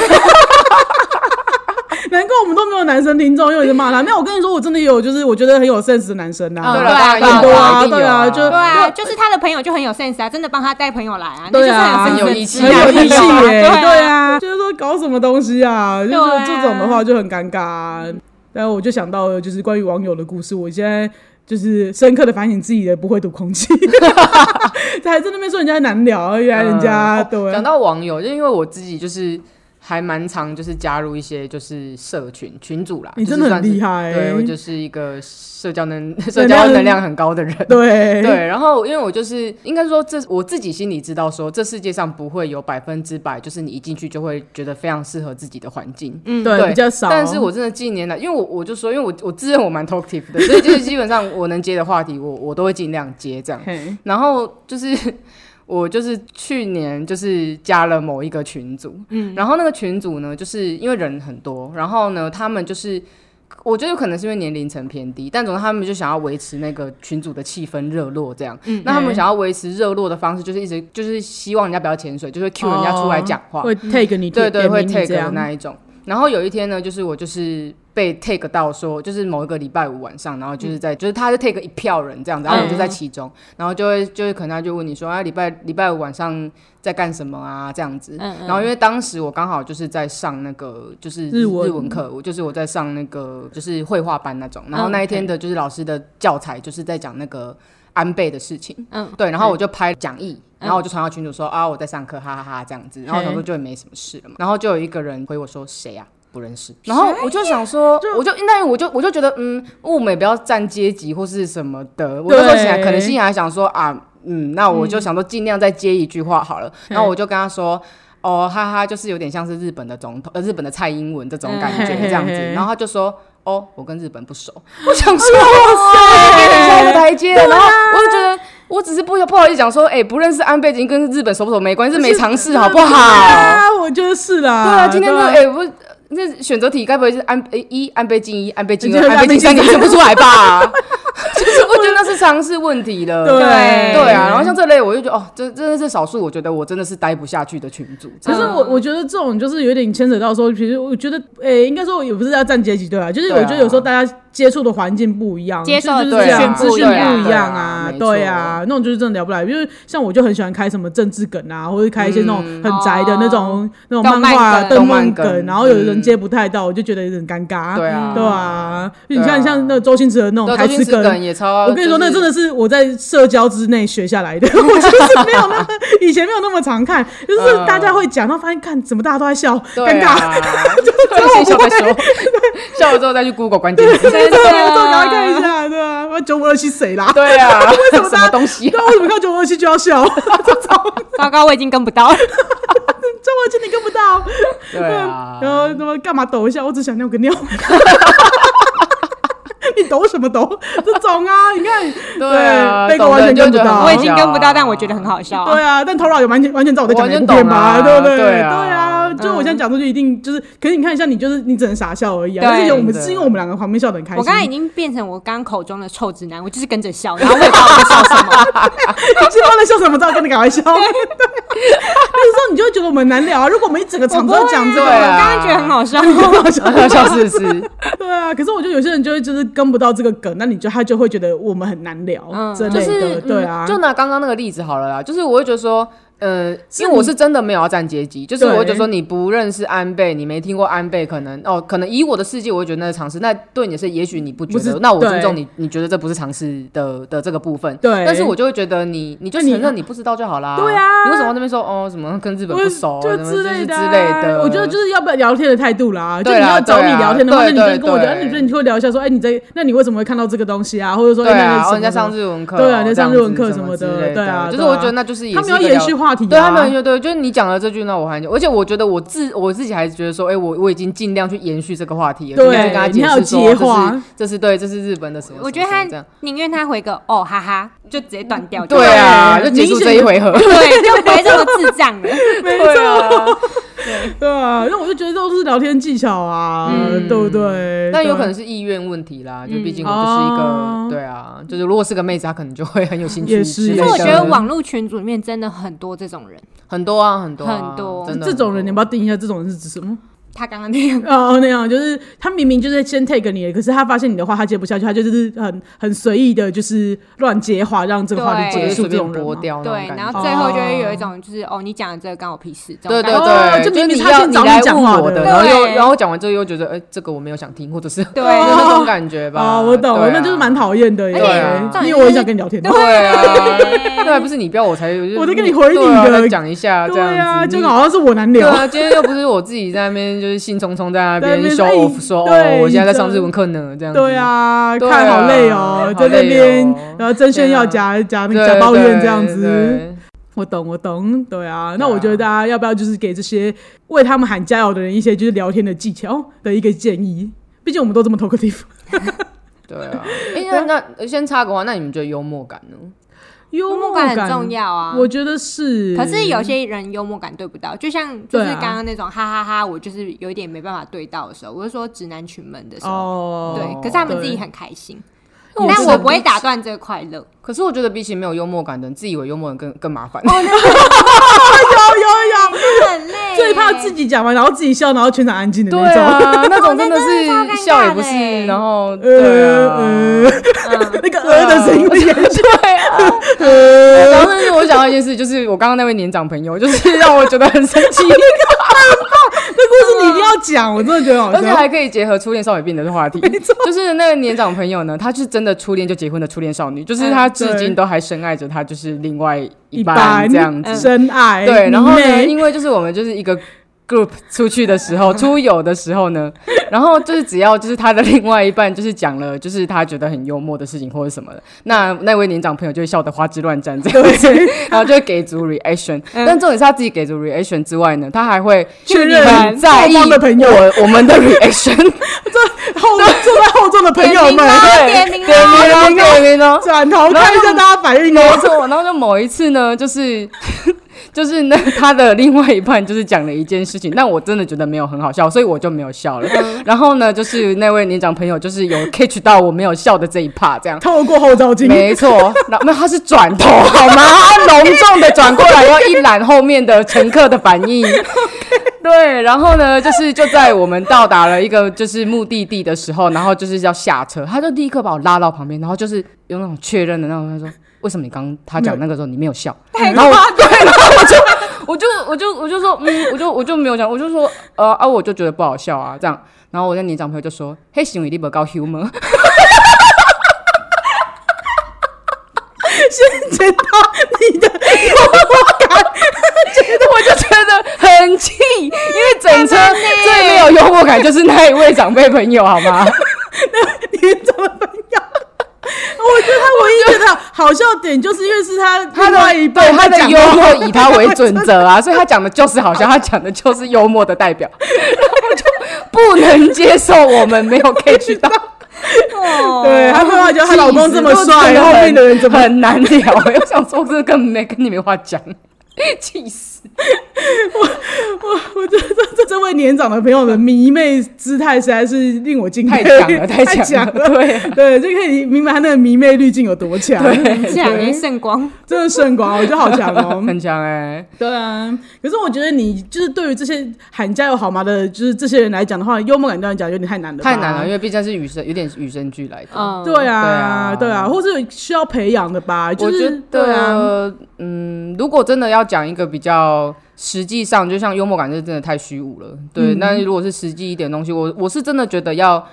S1: 难怪我们都没有男生听众，因为就骂他。没有，我跟你说，我真的有，就是我觉得很有 sense 的男生
S3: 对
S1: 呐，
S2: 嗯
S3: 啦，
S2: 对啊
S3: 当然
S1: 对
S3: 有
S1: 啊
S3: 一定
S1: 对
S3: 有
S1: 啊
S3: 啊，
S1: 就
S2: 对啊，就是他的朋友就很有 sense 啊，真的帮他带朋友来啊，那就
S1: 对
S2: 是
S1: 啊，
S2: 很有 sense
S3: 很
S2: 的
S3: 有义
S2: 直
S3: 气
S1: 很
S2: 男
S1: 有
S2: 朋
S1: 义气
S2: 友啊
S1: 耶，
S2: 对
S1: 对。啊，就是说搞什么东西啊，就是
S2: 对啊
S1: 这种的话就很尴尬、啊。然后我就想到了，就是关于网友的故事，我现在就是深刻的反省自己的不会读空 气，还在那边说人家难聊，原来人家、
S3: 嗯
S1: 对
S3: 讲到网友，就因为我自己就是还蛮常就是加入一些就是社群群组啦，
S1: 你
S3: 就是
S1: 真的很
S3: 算是
S1: 厉害欸
S3: 对我就是一个社交能 社交能量很高的人。
S1: 对
S3: 对，然后因为我就是应该说这我自己心里知道说，这世界上不会有百分之百就是你一进去就会觉得非常适合自己的环境，
S1: 对
S3: 嗯对
S1: 比较少，
S3: 但是我真的近年来，因为我我就说，因为我我自认我蛮 talkative 的， 所以就是基本上我能接的话题我，我都会尽量接这样。
S1: 嘿
S3: 然后就是 我就是去年就是加了某一个群组，嗯，然后那个群组呢，就是因为人很多，然后呢，他们就是。我觉得有可能是因为年龄层偏低，但总之他们就想要维持那个群组的气氛热络这样。那他们想要维持热络的方式，就是一直就是希望人家不要潜水，就会 cue 人家出来讲话。
S1: 会 take 你
S3: 对
S1: 点
S3: 对，
S1: 名
S3: 会
S1: 你
S3: take
S1: 这
S3: 的
S1: 样
S3: 那一种。然后有一天呢，就是我就是被 take 到说，就是某一个礼拜五晚上，然后就是
S1: 嗯
S3: 在、就是他就 take 一票人这样子，然后我就在其中，然后就会就是可能他就问你说啊，礼拜礼拜五晚上在干什么啊这样子。
S2: 嗯嗯
S3: 然后因为当时我刚好就是在上那个就是
S1: 日文
S3: 日文课，我就是我在上那个就是绘画班那种，然后
S2: 嗯
S3: 那一天的就是老师的教材就是在讲那个安倍的事情。
S2: 嗯，
S3: 对，然后我就拍讲义，然
S1: 嗯
S3: 后我就传到群主说啊我在上课，哈哈哈这样子，然后我想说就也没什么事了嘛，然后就有一个人回我说谁啊？不认识，然后我就想说，我就那我就我就觉得，嗯，物美不要占阶级或是什么的。我那时候想，可能心里还想说啊，嗯，那我就想说尽量再接一句话好了。然后我就跟他说，哦，哈哈，就是有点像是日本的总统，呃，日本的蔡英文这种感觉
S1: 嗯
S3: 这样子
S1: 嘿嘿。嘿
S3: 然后他就说，哦，我跟日本不熟。我想说，我给你下一个台阶了。然后我就觉得，我只是不不好意思讲啊说，哎、不认识安倍经跟日本熟不熟没关系，是没尝 试好不好？
S1: 啊，我觉得是啦，
S3: 对啊，今天这
S1: 对
S3: 个
S1: 啊
S3: 哎、不是。那选择题该不会是安哎一安倍晋一安倍晋
S1: 你
S3: 二
S1: 觉得
S3: 安倍晋三，
S1: 安倍
S3: 你
S1: 晋
S3: 选不出来 吧？就是我觉得那是尝试问题了。
S1: 对
S3: 对啊，然后像这类我就觉得哦，这真的是少数，我觉得我真的是待不下去的群组。
S1: 可是我我觉得这种就是有点牵扯到说，其实我觉得，诶、应该说也不是要站阶级对吧？就是我
S3: 对啊
S1: 觉得有时候大家接触的环境不一样，
S2: 接受的
S1: 就是
S3: 对
S1: 资
S3: 啊
S1: 讯资讯
S2: 对啊
S1: 不一样
S3: 对啊
S1: 啊
S3: 没，错
S1: 对啊，那种就是真的聊不来。因为像我就很喜欢开什么政治梗啊，或者开一些那种很宅的那种、那种
S2: 动
S1: 漫
S2: 漫
S1: 画、动
S2: 梗
S3: 嗯哦动漫
S1: 漫
S3: 梗嗯
S1: 梗，然后有人接不太到，我就觉得有点尴尬，
S3: 对啊，
S1: 对啊。你
S3: 对啊
S1: 看像那个周星驰的那种
S3: 对啊
S1: 台
S3: 周星
S1: 词啊
S3: 驰梗也超，
S1: 我跟你说，
S3: 啊就
S1: 那
S3: 是
S1: 真的是我在社交之内学下来的， 我就是没有那 么以前没有那么常看，就是大家会讲，然后发现看怎么大家都在笑，尴
S3: 嗯对
S1: 尬。
S3: 啊，就先笑再说， 笑了之后再去 Google 关键字。
S2: 真
S1: 这个啊我赶快看一
S2: 的，
S1: 下，对啊，我九五二七谁 啦？
S3: 对啊，
S1: 什么
S3: 什么东西
S1: 对？啊，为什么看九五二七就要笑？ 这种
S2: 糟糕，我已经跟不到了。
S1: 九五二七你跟不到，
S3: 对啊，
S1: 然后他妈干嘛抖一下？我只想尿个尿。 你抖什么抖？ 这种啊，你看，
S3: 对啊，
S1: 对那个
S3: 懂
S1: 完
S3: 的
S1: 全
S3: 就
S1: 跟不
S3: 觉得
S1: 到
S3: 很
S2: 我已经
S3: 好
S2: 跟不到，
S3: 笑啊
S2: 但我觉得很好笑、
S1: 对啊，但头脑也完全完全知道我在讲
S3: 完
S1: 哪
S3: 全
S1: 部片嘛，
S3: 懂啊
S1: 对不对？
S3: 对啊
S1: 啊就我现在讲出去一定就是，可是你看一下，你就是你只能傻笑而已啊。
S2: 对
S1: 但是我们
S3: 真的
S1: 是因为我们两个旁边笑得很开心，
S2: 我刚才已经变成我刚刚口中的臭直男，我就是跟着笑，然后我也不知道我在笑什么。
S1: 你知道在笑什么，知道跟你赶快笑。对，那时候你就会觉得我们难聊啊。如果我们一整个场都在讲这 个，
S3: 对
S2: 我
S3: 啊
S2: 刚刚觉得很好笑，
S3: 笑死是，
S1: 对啊。可是我觉得有些人就会就是跟不到这个梗，那你就他就会觉得我们很难聊
S2: 嗯
S1: 之
S3: 就
S1: 类
S3: 是
S1: 的，对啊
S3: 嗯。就拿刚刚那个例子好了啦，就是我会觉得说。呃，因为我是真的没有要站阶
S1: 嗯
S3: 级，就是我会觉得说你不认识安倍，你没听过安倍，可能哦，可能以我的世界，我会觉得那是常识。那对你是，也许你不觉
S1: 不是
S3: 得，那我尊
S1: 对
S3: 重你，你觉得这不是常识的的这个部分。
S1: 对
S3: 但是我就会觉得你，你就
S1: 那你
S3: 承认你不知道就好啦。
S1: 对啊
S3: 你为什么要那边说哦什么跟日本
S1: 我
S3: 不熟，
S1: 就
S3: 什么
S1: 之
S3: 就是
S1: 类
S3: 之
S1: 的啊，
S3: 类的？
S1: 我觉得就是要不要聊天的态度啦。就
S3: 对
S1: 你
S3: 啦
S1: 要找你
S3: 对啊
S1: 聊天的话，那
S3: 对
S1: 你就
S3: 对
S1: 跟我聊，
S3: 对啊
S1: 你就你就会聊一下说，哎，你在，那你为什么会看到这个东西啊？或者说，
S3: 对
S1: 哎，那
S3: 啊，
S1: 你
S3: 哦
S1: 什
S3: 人家
S1: 么什
S3: 上
S1: 么？
S3: 日文课哦，
S1: 对啊人家上
S3: 这样
S1: 日文
S3: 子
S1: 课
S3: 什
S1: 什么
S3: 之
S1: 的
S3: 类
S1: 对啊
S3: 就是
S1: 对啊
S3: 我觉得那就是也
S1: 他
S3: 是
S1: 们
S3: 一
S1: 要
S3: 个
S1: 延
S3: 聊
S1: 续话题啊，
S3: 对他们就对，就是你讲了这句，那我还而且我觉得我自我自己还觉得说，哎、我我已经尽量去延续这个话题了，
S1: 对
S3: 尽量去跟他解释
S1: 你还有接
S3: 说，
S1: 话
S3: 这是这是对，这是日本的什么？
S2: 我觉得
S3: 什么
S2: 他
S3: 什么这样，
S2: 宁愿他回个哦哈哈，就直接断掉。
S3: 对啊，
S1: 对
S3: 就结束这一回合，
S2: 对，就不会这么智障 了。
S1: 没错
S3: 对啊，
S1: 对啊，那我就觉得都是聊天技巧啊，
S3: 嗯
S1: 对不对？
S3: 但有可
S1: 对啊
S3: 能是意愿问题啦，就毕竟
S1: 嗯
S3: 我就是一个，
S1: 哦
S3: 对啊，就是如果是个妹子，她可能就会很有兴趣
S1: 也
S3: 之
S1: 是
S3: 类
S2: 其实
S3: 的。
S1: 也
S2: 我
S1: 是
S2: 觉得网络群组里面真的很多这种人，
S3: 很多啊，很多啊、
S2: 很多
S3: 真的
S1: 这种人，你要
S3: 很
S1: 不
S3: 多
S1: 要定一下这种人是指什么？
S2: 他刚刚那样。
S1: 哦，那样就是他明明就是先 take 你的，可是他发现你的话他接不下去，他就是很很随意的，就是乱接话，让这个话题结
S2: 对
S3: 就是
S1: 束
S3: 随
S1: 这
S3: 便
S1: 种人
S3: 拨
S1: 吗。
S3: 哦掉那种
S2: 对，
S3: 感
S2: 然
S3: 觉
S2: 后最后就会有一种就是哦，你讲的这个干我屁事，这种
S3: 对对
S2: 感觉
S1: 哦
S3: 对，
S1: 就明明
S3: 是
S1: 他
S3: 要
S1: 先找
S3: 你来
S1: 你讲
S3: 问
S1: 话
S3: 我
S1: 的
S3: 的，然后又
S2: 对
S3: 然后讲完之后又觉得，哎、这个我没有想听，或者是
S2: 对
S3: 有
S1: 哦
S3: 那种感觉吧。
S1: 啊、我懂了，
S3: 对啊
S1: 那就是蛮讨厌的耶。
S3: 对
S2: 哎
S3: 啊
S1: 因为我也想跟你聊天。
S3: 对啊，
S2: 对
S3: 那还不是你标我才，
S1: 我在跟
S3: 你
S1: 你回你
S3: 对啊
S1: 的
S3: 再讲一下这样子，
S1: 对啊，就
S3: 你
S1: 好像是我难
S3: 对
S1: 聊。
S3: 啊，今天又不是我自己在那边就是兴冲冲在那
S1: 在那
S3: 边
S1: 边
S3: show
S1: 哎
S3: off 说哦
S1: 对，
S3: 我现在在上日文课呢，这样 子。
S1: 对啊，
S3: 对啊
S1: 看好累哦、
S3: 好
S1: 在那
S3: 累
S1: 边
S3: 哦
S1: 然后争炫耀
S3: 对
S1: 夹夹
S3: 对，
S1: 夹抱怨
S3: 对
S1: 这样子。
S3: 对
S1: 我懂，我懂，对啊。那
S3: 对啊
S1: 我觉得大家要不要就是给这些为他们喊加油的人一些就是聊天的技巧的一个建议？毕竟我们都这么 talkative，
S3: 对啊，哎，那那呃先插个话，那你们觉得幽默感呢？
S1: 幽
S2: 幽默感很重、要啊。
S1: 我觉得是。
S2: 可是有些人幽默感对不到，就像就
S1: 对
S2: 是
S1: 啊
S2: 刚刚那种哈哈哈我就是有一点没办法对到的时候，我就说直男群们的时候，
S1: 哦，
S2: 对，可是他们自己很开心，
S1: 对
S2: 但
S1: 也是
S2: 我不会打断这个快乐。
S3: 可是我觉得比起没有幽默感的人，自以为幽默的人更更麻
S1: 哦
S3: 烦。
S1: 有有有，
S2: 很 累
S1: 啊最怕自己讲完然后自己笑，然后全场安静的
S3: 对
S1: 那种。
S3: 啊，那种真的
S2: 哦那真的
S3: 是
S2: 超尴尬
S3: 笑也不
S2: 的欸
S3: 是，然后对
S1: 呃
S3: 啊，嗯
S1: 呃，那个呃的声音会延续。
S3: 然后但是我想到一件事，就是我刚刚那位年长朋友，就是让我觉得很生气，
S1: 那故事你一定要讲，我真的觉得 好
S3: 而且
S1: 笑。
S3: 还可以结合初恋少女病的话题。就是那个年长朋友呢，她是真的初恋就结婚的初恋少女，就是她至今都还深爱着她，就是另外一半这样
S2: 嗯
S3: 子。
S1: 深爱
S3: 对，然后
S1: 迷
S3: 呢，
S1: 妹
S3: 因为就是我们就是一个 group 出去的时 候，出游的时候呢，然后就是只要就是他的另外一半就是讲了就是他觉得很幽默的事情或者什么的，那那位年长朋友就会笑得花枝乱颤这样子， 然后就会给足 reaction、但重点是他自己给足 reaction 之外呢，他还会
S1: 嗯确认
S3: 很在意
S1: 后方的朋友
S3: 我我们的 reaction，
S1: 后坐在后座的朋友们，
S2: 点名
S3: 对，
S2: 了
S3: 点名哦，点名哦。
S1: 转头看一下大家反应哦。
S3: 没错，然后就某一次呢，就是 就是那他的另外一半就是讲了一件事情，但我真的觉得没有很好笑，所以我就没有笑了。然后呢，就是那位年长朋友就是有 catch 到我没有笑的这一 part，这样。
S1: 透过后照镜，
S3: 没错，那那他是转头好吗？他隆重的转过来，要一览后面的乘客的反应。对，然后呢，就是就在我们到达了一个就是目的地的时候，然后就是要下车，他就立刻把我拉到旁边，然后就是有那种确认的那种，他说：“为什么你刚刚他讲那个时候你没有笑？”然后我 对，然后我就我就我就我就说，嗯，我就我就没有讲，我就说，呃啊，我就觉得不好笑啊，这样。然后我那年长朋友就说：“嘿，行为你不高 humor。”
S1: 先知道你的
S3: 我就觉得很气，因为整车最没有幽默感就是那一位长辈朋友，好 吗？
S1: 年长的朋友。我觉得他唯一觉得好笑点，就是因为是他
S3: 他
S1: 另外
S3: 的
S1: 一
S3: 对
S1: 半
S3: 他的
S1: 讲
S3: 幽
S1: 话
S3: 默以他为准则啊，所以他讲的就是好笑，他讲的就是幽默的代表，然后我就不能接受我们没有 catch 到。
S2: 哦，
S1: 对，她会发觉她老公这么帅，
S3: 气死
S1: 后面的人怎么？
S3: 很难聊？ 我想说，这个没跟你没话讲，气死！
S1: 我我觉得这这这位年长的朋友的迷妹姿态实在是令我敬佩，
S3: 太强了，
S1: 太
S3: 强
S1: 了。
S3: 对 啊，
S1: 对，就可以明白他那个迷妹滤镜有多强，
S2: 这两年圣光，
S1: 真的圣光，我觉得好强哦、
S3: 欸 很强哎，
S1: 对啊，可是我觉得你就是对于这些喊加油好吗的，就是这些人来讲的话，幽默感对你讲有点太难了吧，
S3: 太难了，因为毕竟是与生有点与生俱来的。
S2: 嗯，
S1: 对啊，
S3: 对啊
S1: 对啊，或是需要培养的吧，就
S3: 我觉
S1: 是对啊，
S3: 得，嗯，如果真的要讲一个比较实际上，就像幽默感，这真的太虚无了。
S1: 嗯
S3: 对，那如果是实际一点的东西，我我是真的觉得要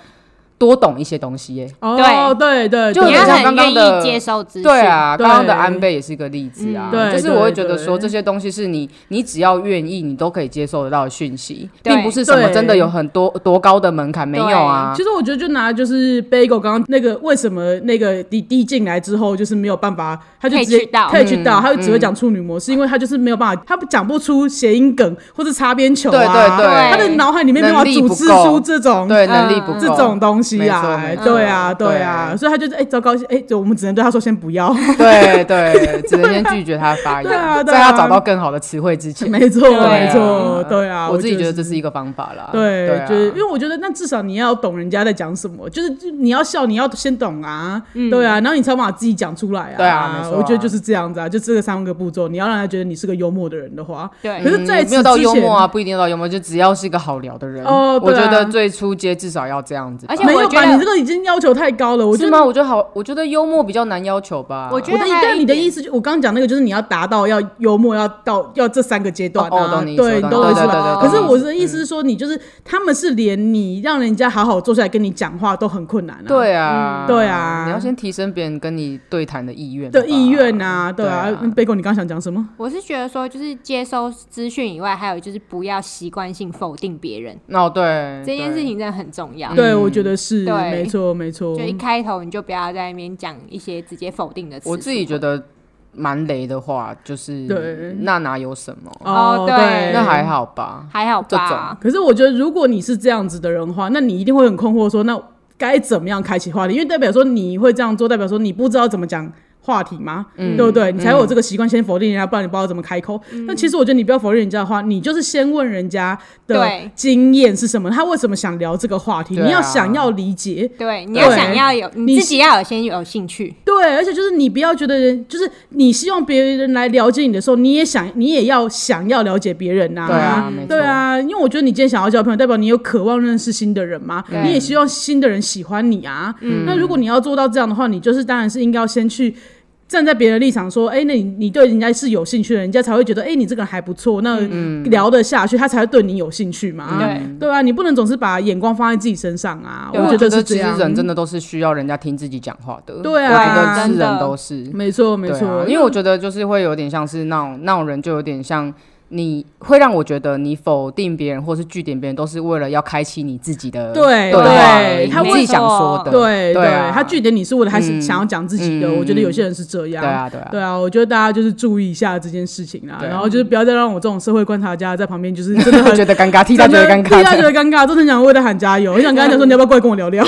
S3: 多懂一些东西耶。
S1: 哦，对对，
S3: 就
S1: 对
S2: 你
S3: 有
S2: 要
S3: 点像
S2: 很
S3: 刚
S2: 愿意
S3: 刚的
S2: 接受资讯，
S3: 对啊，
S1: 对
S3: 刚刚的安倍也是一个例子啊，
S1: 嗯对
S3: 就是我会觉得
S1: 对
S3: 说
S1: 对
S3: 这些东西是你，你只要愿意，你都可以接受得到的讯息，
S2: 对
S3: 并不是什么
S1: 对
S3: 真的有很多多高的门槛，没有啊
S1: 其。实我觉得就拿就是 Bagel 刚刚那个为什么那个弟弟进来之后就是没有办法，他就直接
S2: Catch 到
S1: 去
S3: 嗯
S1: 到，他就只会讲处女膜，是因为他就是没有办法，他讲不出谐音梗或是擦边球啊，
S3: 对对对
S1: 他的脑海里面没有办法
S3: 能力
S1: 组
S3: 不
S1: 织
S3: 够
S1: 出这种
S3: 对，能力不够
S1: 啊这种东西啊
S3: 没，错嗯
S1: 对啊，
S3: 没错
S1: 对啊，所以他就是哎、糟糕，哎、就我们只能对他说先不 要，
S3: 对对，只能先拒绝他的 发
S1: 对啊
S3: 言，
S1: 对
S3: 在
S1: 啊
S3: 他找到更好的词汇之前。
S1: 没错，
S2: 对啊
S1: 没错，对啊，
S3: 我自己觉得
S1: 是
S3: 这是一个方法啦。
S1: 对，
S3: 啊
S1: 就是因为我觉得，那至少你要懂人家在讲什么，就是就你要笑，你要先懂啊，对啊，然后你才把自己讲出来啊。
S3: 对啊没错啊
S1: 我觉得就是这样子啊，就这个三个步骤，你要让他觉得你是个幽默的人的话，可
S2: 对，
S1: 是在
S3: 嗯
S1: 此
S3: 没有到
S1: 之
S3: 幽
S1: 前
S3: 默啊，，不一定到幽默，就只要是一个好聊的人。
S1: 哦对
S3: 我
S1: 啊
S3: 觉得最初阶至少要这样子吧。
S2: 而且
S1: 没
S2: 我
S1: 有
S2: 觉
S1: 吧？
S2: 得
S1: 你这个已经要求太高了，我觉
S3: 是
S1: 得
S3: 吗？我觉得好，我觉得幽默比较难要求吧。
S2: 我觉
S1: 我
S2: 得
S1: 的
S2: 还有
S1: 但
S2: 一
S1: 你的
S2: 点
S1: 意思就我刚刚讲那个，就是你要达到要幽默，要到要这三个阶段
S3: 哦哦
S1: 啊，
S3: 懂你意思
S1: 对，
S3: 懂
S1: 懂我
S2: 你
S1: 意
S2: 意
S1: 思
S2: 思对
S1: 吧？
S2: 对对
S1: 可是
S2: 懂
S1: 我的意思是说，你就是他们是连你让人家好好坐下来跟你讲话都很困难啊，
S3: 对啊，
S1: 对啊
S3: 你要先提升别人跟你对谈的意愿吧
S1: 的意愿啊，对啊。嗯贝果，你刚刚想讲什么？
S2: 我是觉得说，就是接收资讯以外，还有就是不要习惯性否定别人，
S3: 哦，对，
S2: 这件事情真的很重要。
S1: 对，我觉得是，
S2: 对
S1: 没错，没错
S2: 就。一开头你就不要在那边讲一些直接否定的词。
S3: 我自己觉，得蛮雷的话，就是
S1: 对
S3: 那哪有什么，
S2: 哦对
S3: 那还好吧。
S2: 还好吧？
S1: 可是我觉得，如果你是这样子的人的话，那你一定会很困惑说，那该怎么样开启话题？因为代表说你会这样做，代表说你不知道怎么讲。话题吗？对不对？你才有这个习惯，先否定人家，不然你不知道怎么开口。那其实我觉得你不要否定人家的话，你就是先问人家的
S2: 对
S1: 经验是什么，他为什么想聊这个话题，
S3: 对啊
S1: 你要想要理解，
S2: 对，你要
S1: 对
S2: 想要有你
S1: 你
S2: 自己要有先有兴趣，
S1: 对，而且就是你不要觉得人，就是你希望别人来了解你的时候，你也想，你也要想要了解别人呐、
S3: 对啊，没错
S1: 对，啊，因为我觉得你今天想要交朋友，代表你有渴望认识新的人嘛，
S2: 对
S1: 你也希望新的人喜欢你啊。
S3: 嗯
S1: 那如果你要做到这样的话，你就是当然是应该要先去。站在别人的立场说，哎、那你你对人家是有兴趣的，人家才会觉得，哎、你这个人还不错，那
S3: 嗯
S1: 聊得下去，他才会对你有兴趣嘛。
S2: 对
S1: 对啊，你不能总是把眼光放在自己身上啊。
S3: 对我
S1: 觉
S3: 觉
S1: 得
S3: 得
S1: 是
S3: 其
S1: 这
S3: 实
S1: 样。
S3: 人真的都是需要人家听自己讲话的。
S1: 对啊
S3: 我觉得是
S2: 真的
S3: 人都是。
S1: 没错，没
S3: 对
S1: 错、
S3: 啊，因为我觉得就是会有点像是那种那种人，就有点像你会让我觉得你否定别人或是据点别人，都是为了要开启你自己的
S1: 对
S3: 话
S1: 对
S3: 而已
S1: 他
S3: 你
S1: 为
S3: 自己想
S2: 什么
S3: 说的，
S1: 对
S3: 对啊
S1: 他据点你是为了他是
S3: 嗯
S1: 想要讲自己的，
S3: 嗯
S1: 我觉得有些人是这样。
S3: 对啊对 啊
S1: 对啊，我觉得大家就是注意一下这件事情啦，
S3: 对啊
S1: 然后就是不要再让我这种社会观察家在旁边，就是真 的很
S3: 觉得尴尬，替他觉得尴
S1: 真的替他
S3: 尬嗯
S1: 觉
S3: 的。
S1: 得尴尬，真的很想为他喊加油，很想跟他讲说你要不要过来跟我聊 聊。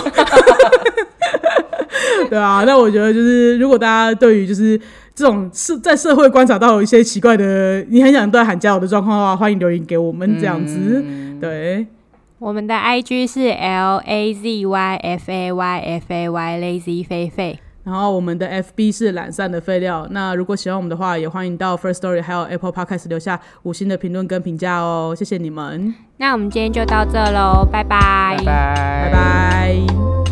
S1: 对啊，那我觉得就是，如果大家对于就是这种是在社会观察到有一些奇怪的，你很想对他喊加油的状况的话，欢迎留言给我们这样子。
S3: 嗯
S1: 对，
S2: 我们的 IG 是 L A Z Y F A Y F A Y Lazy 菲菲。
S1: 然后我们的 FB 是懒散的废料。那如果喜欢我们的话，也欢迎到 First Story 还有 Apple Podcast 留下五星的评论跟评价哦，谢谢你们，
S2: 那我们今天就到这喽，拜拜
S3: 拜
S1: 拜
S3: 拜
S1: 拜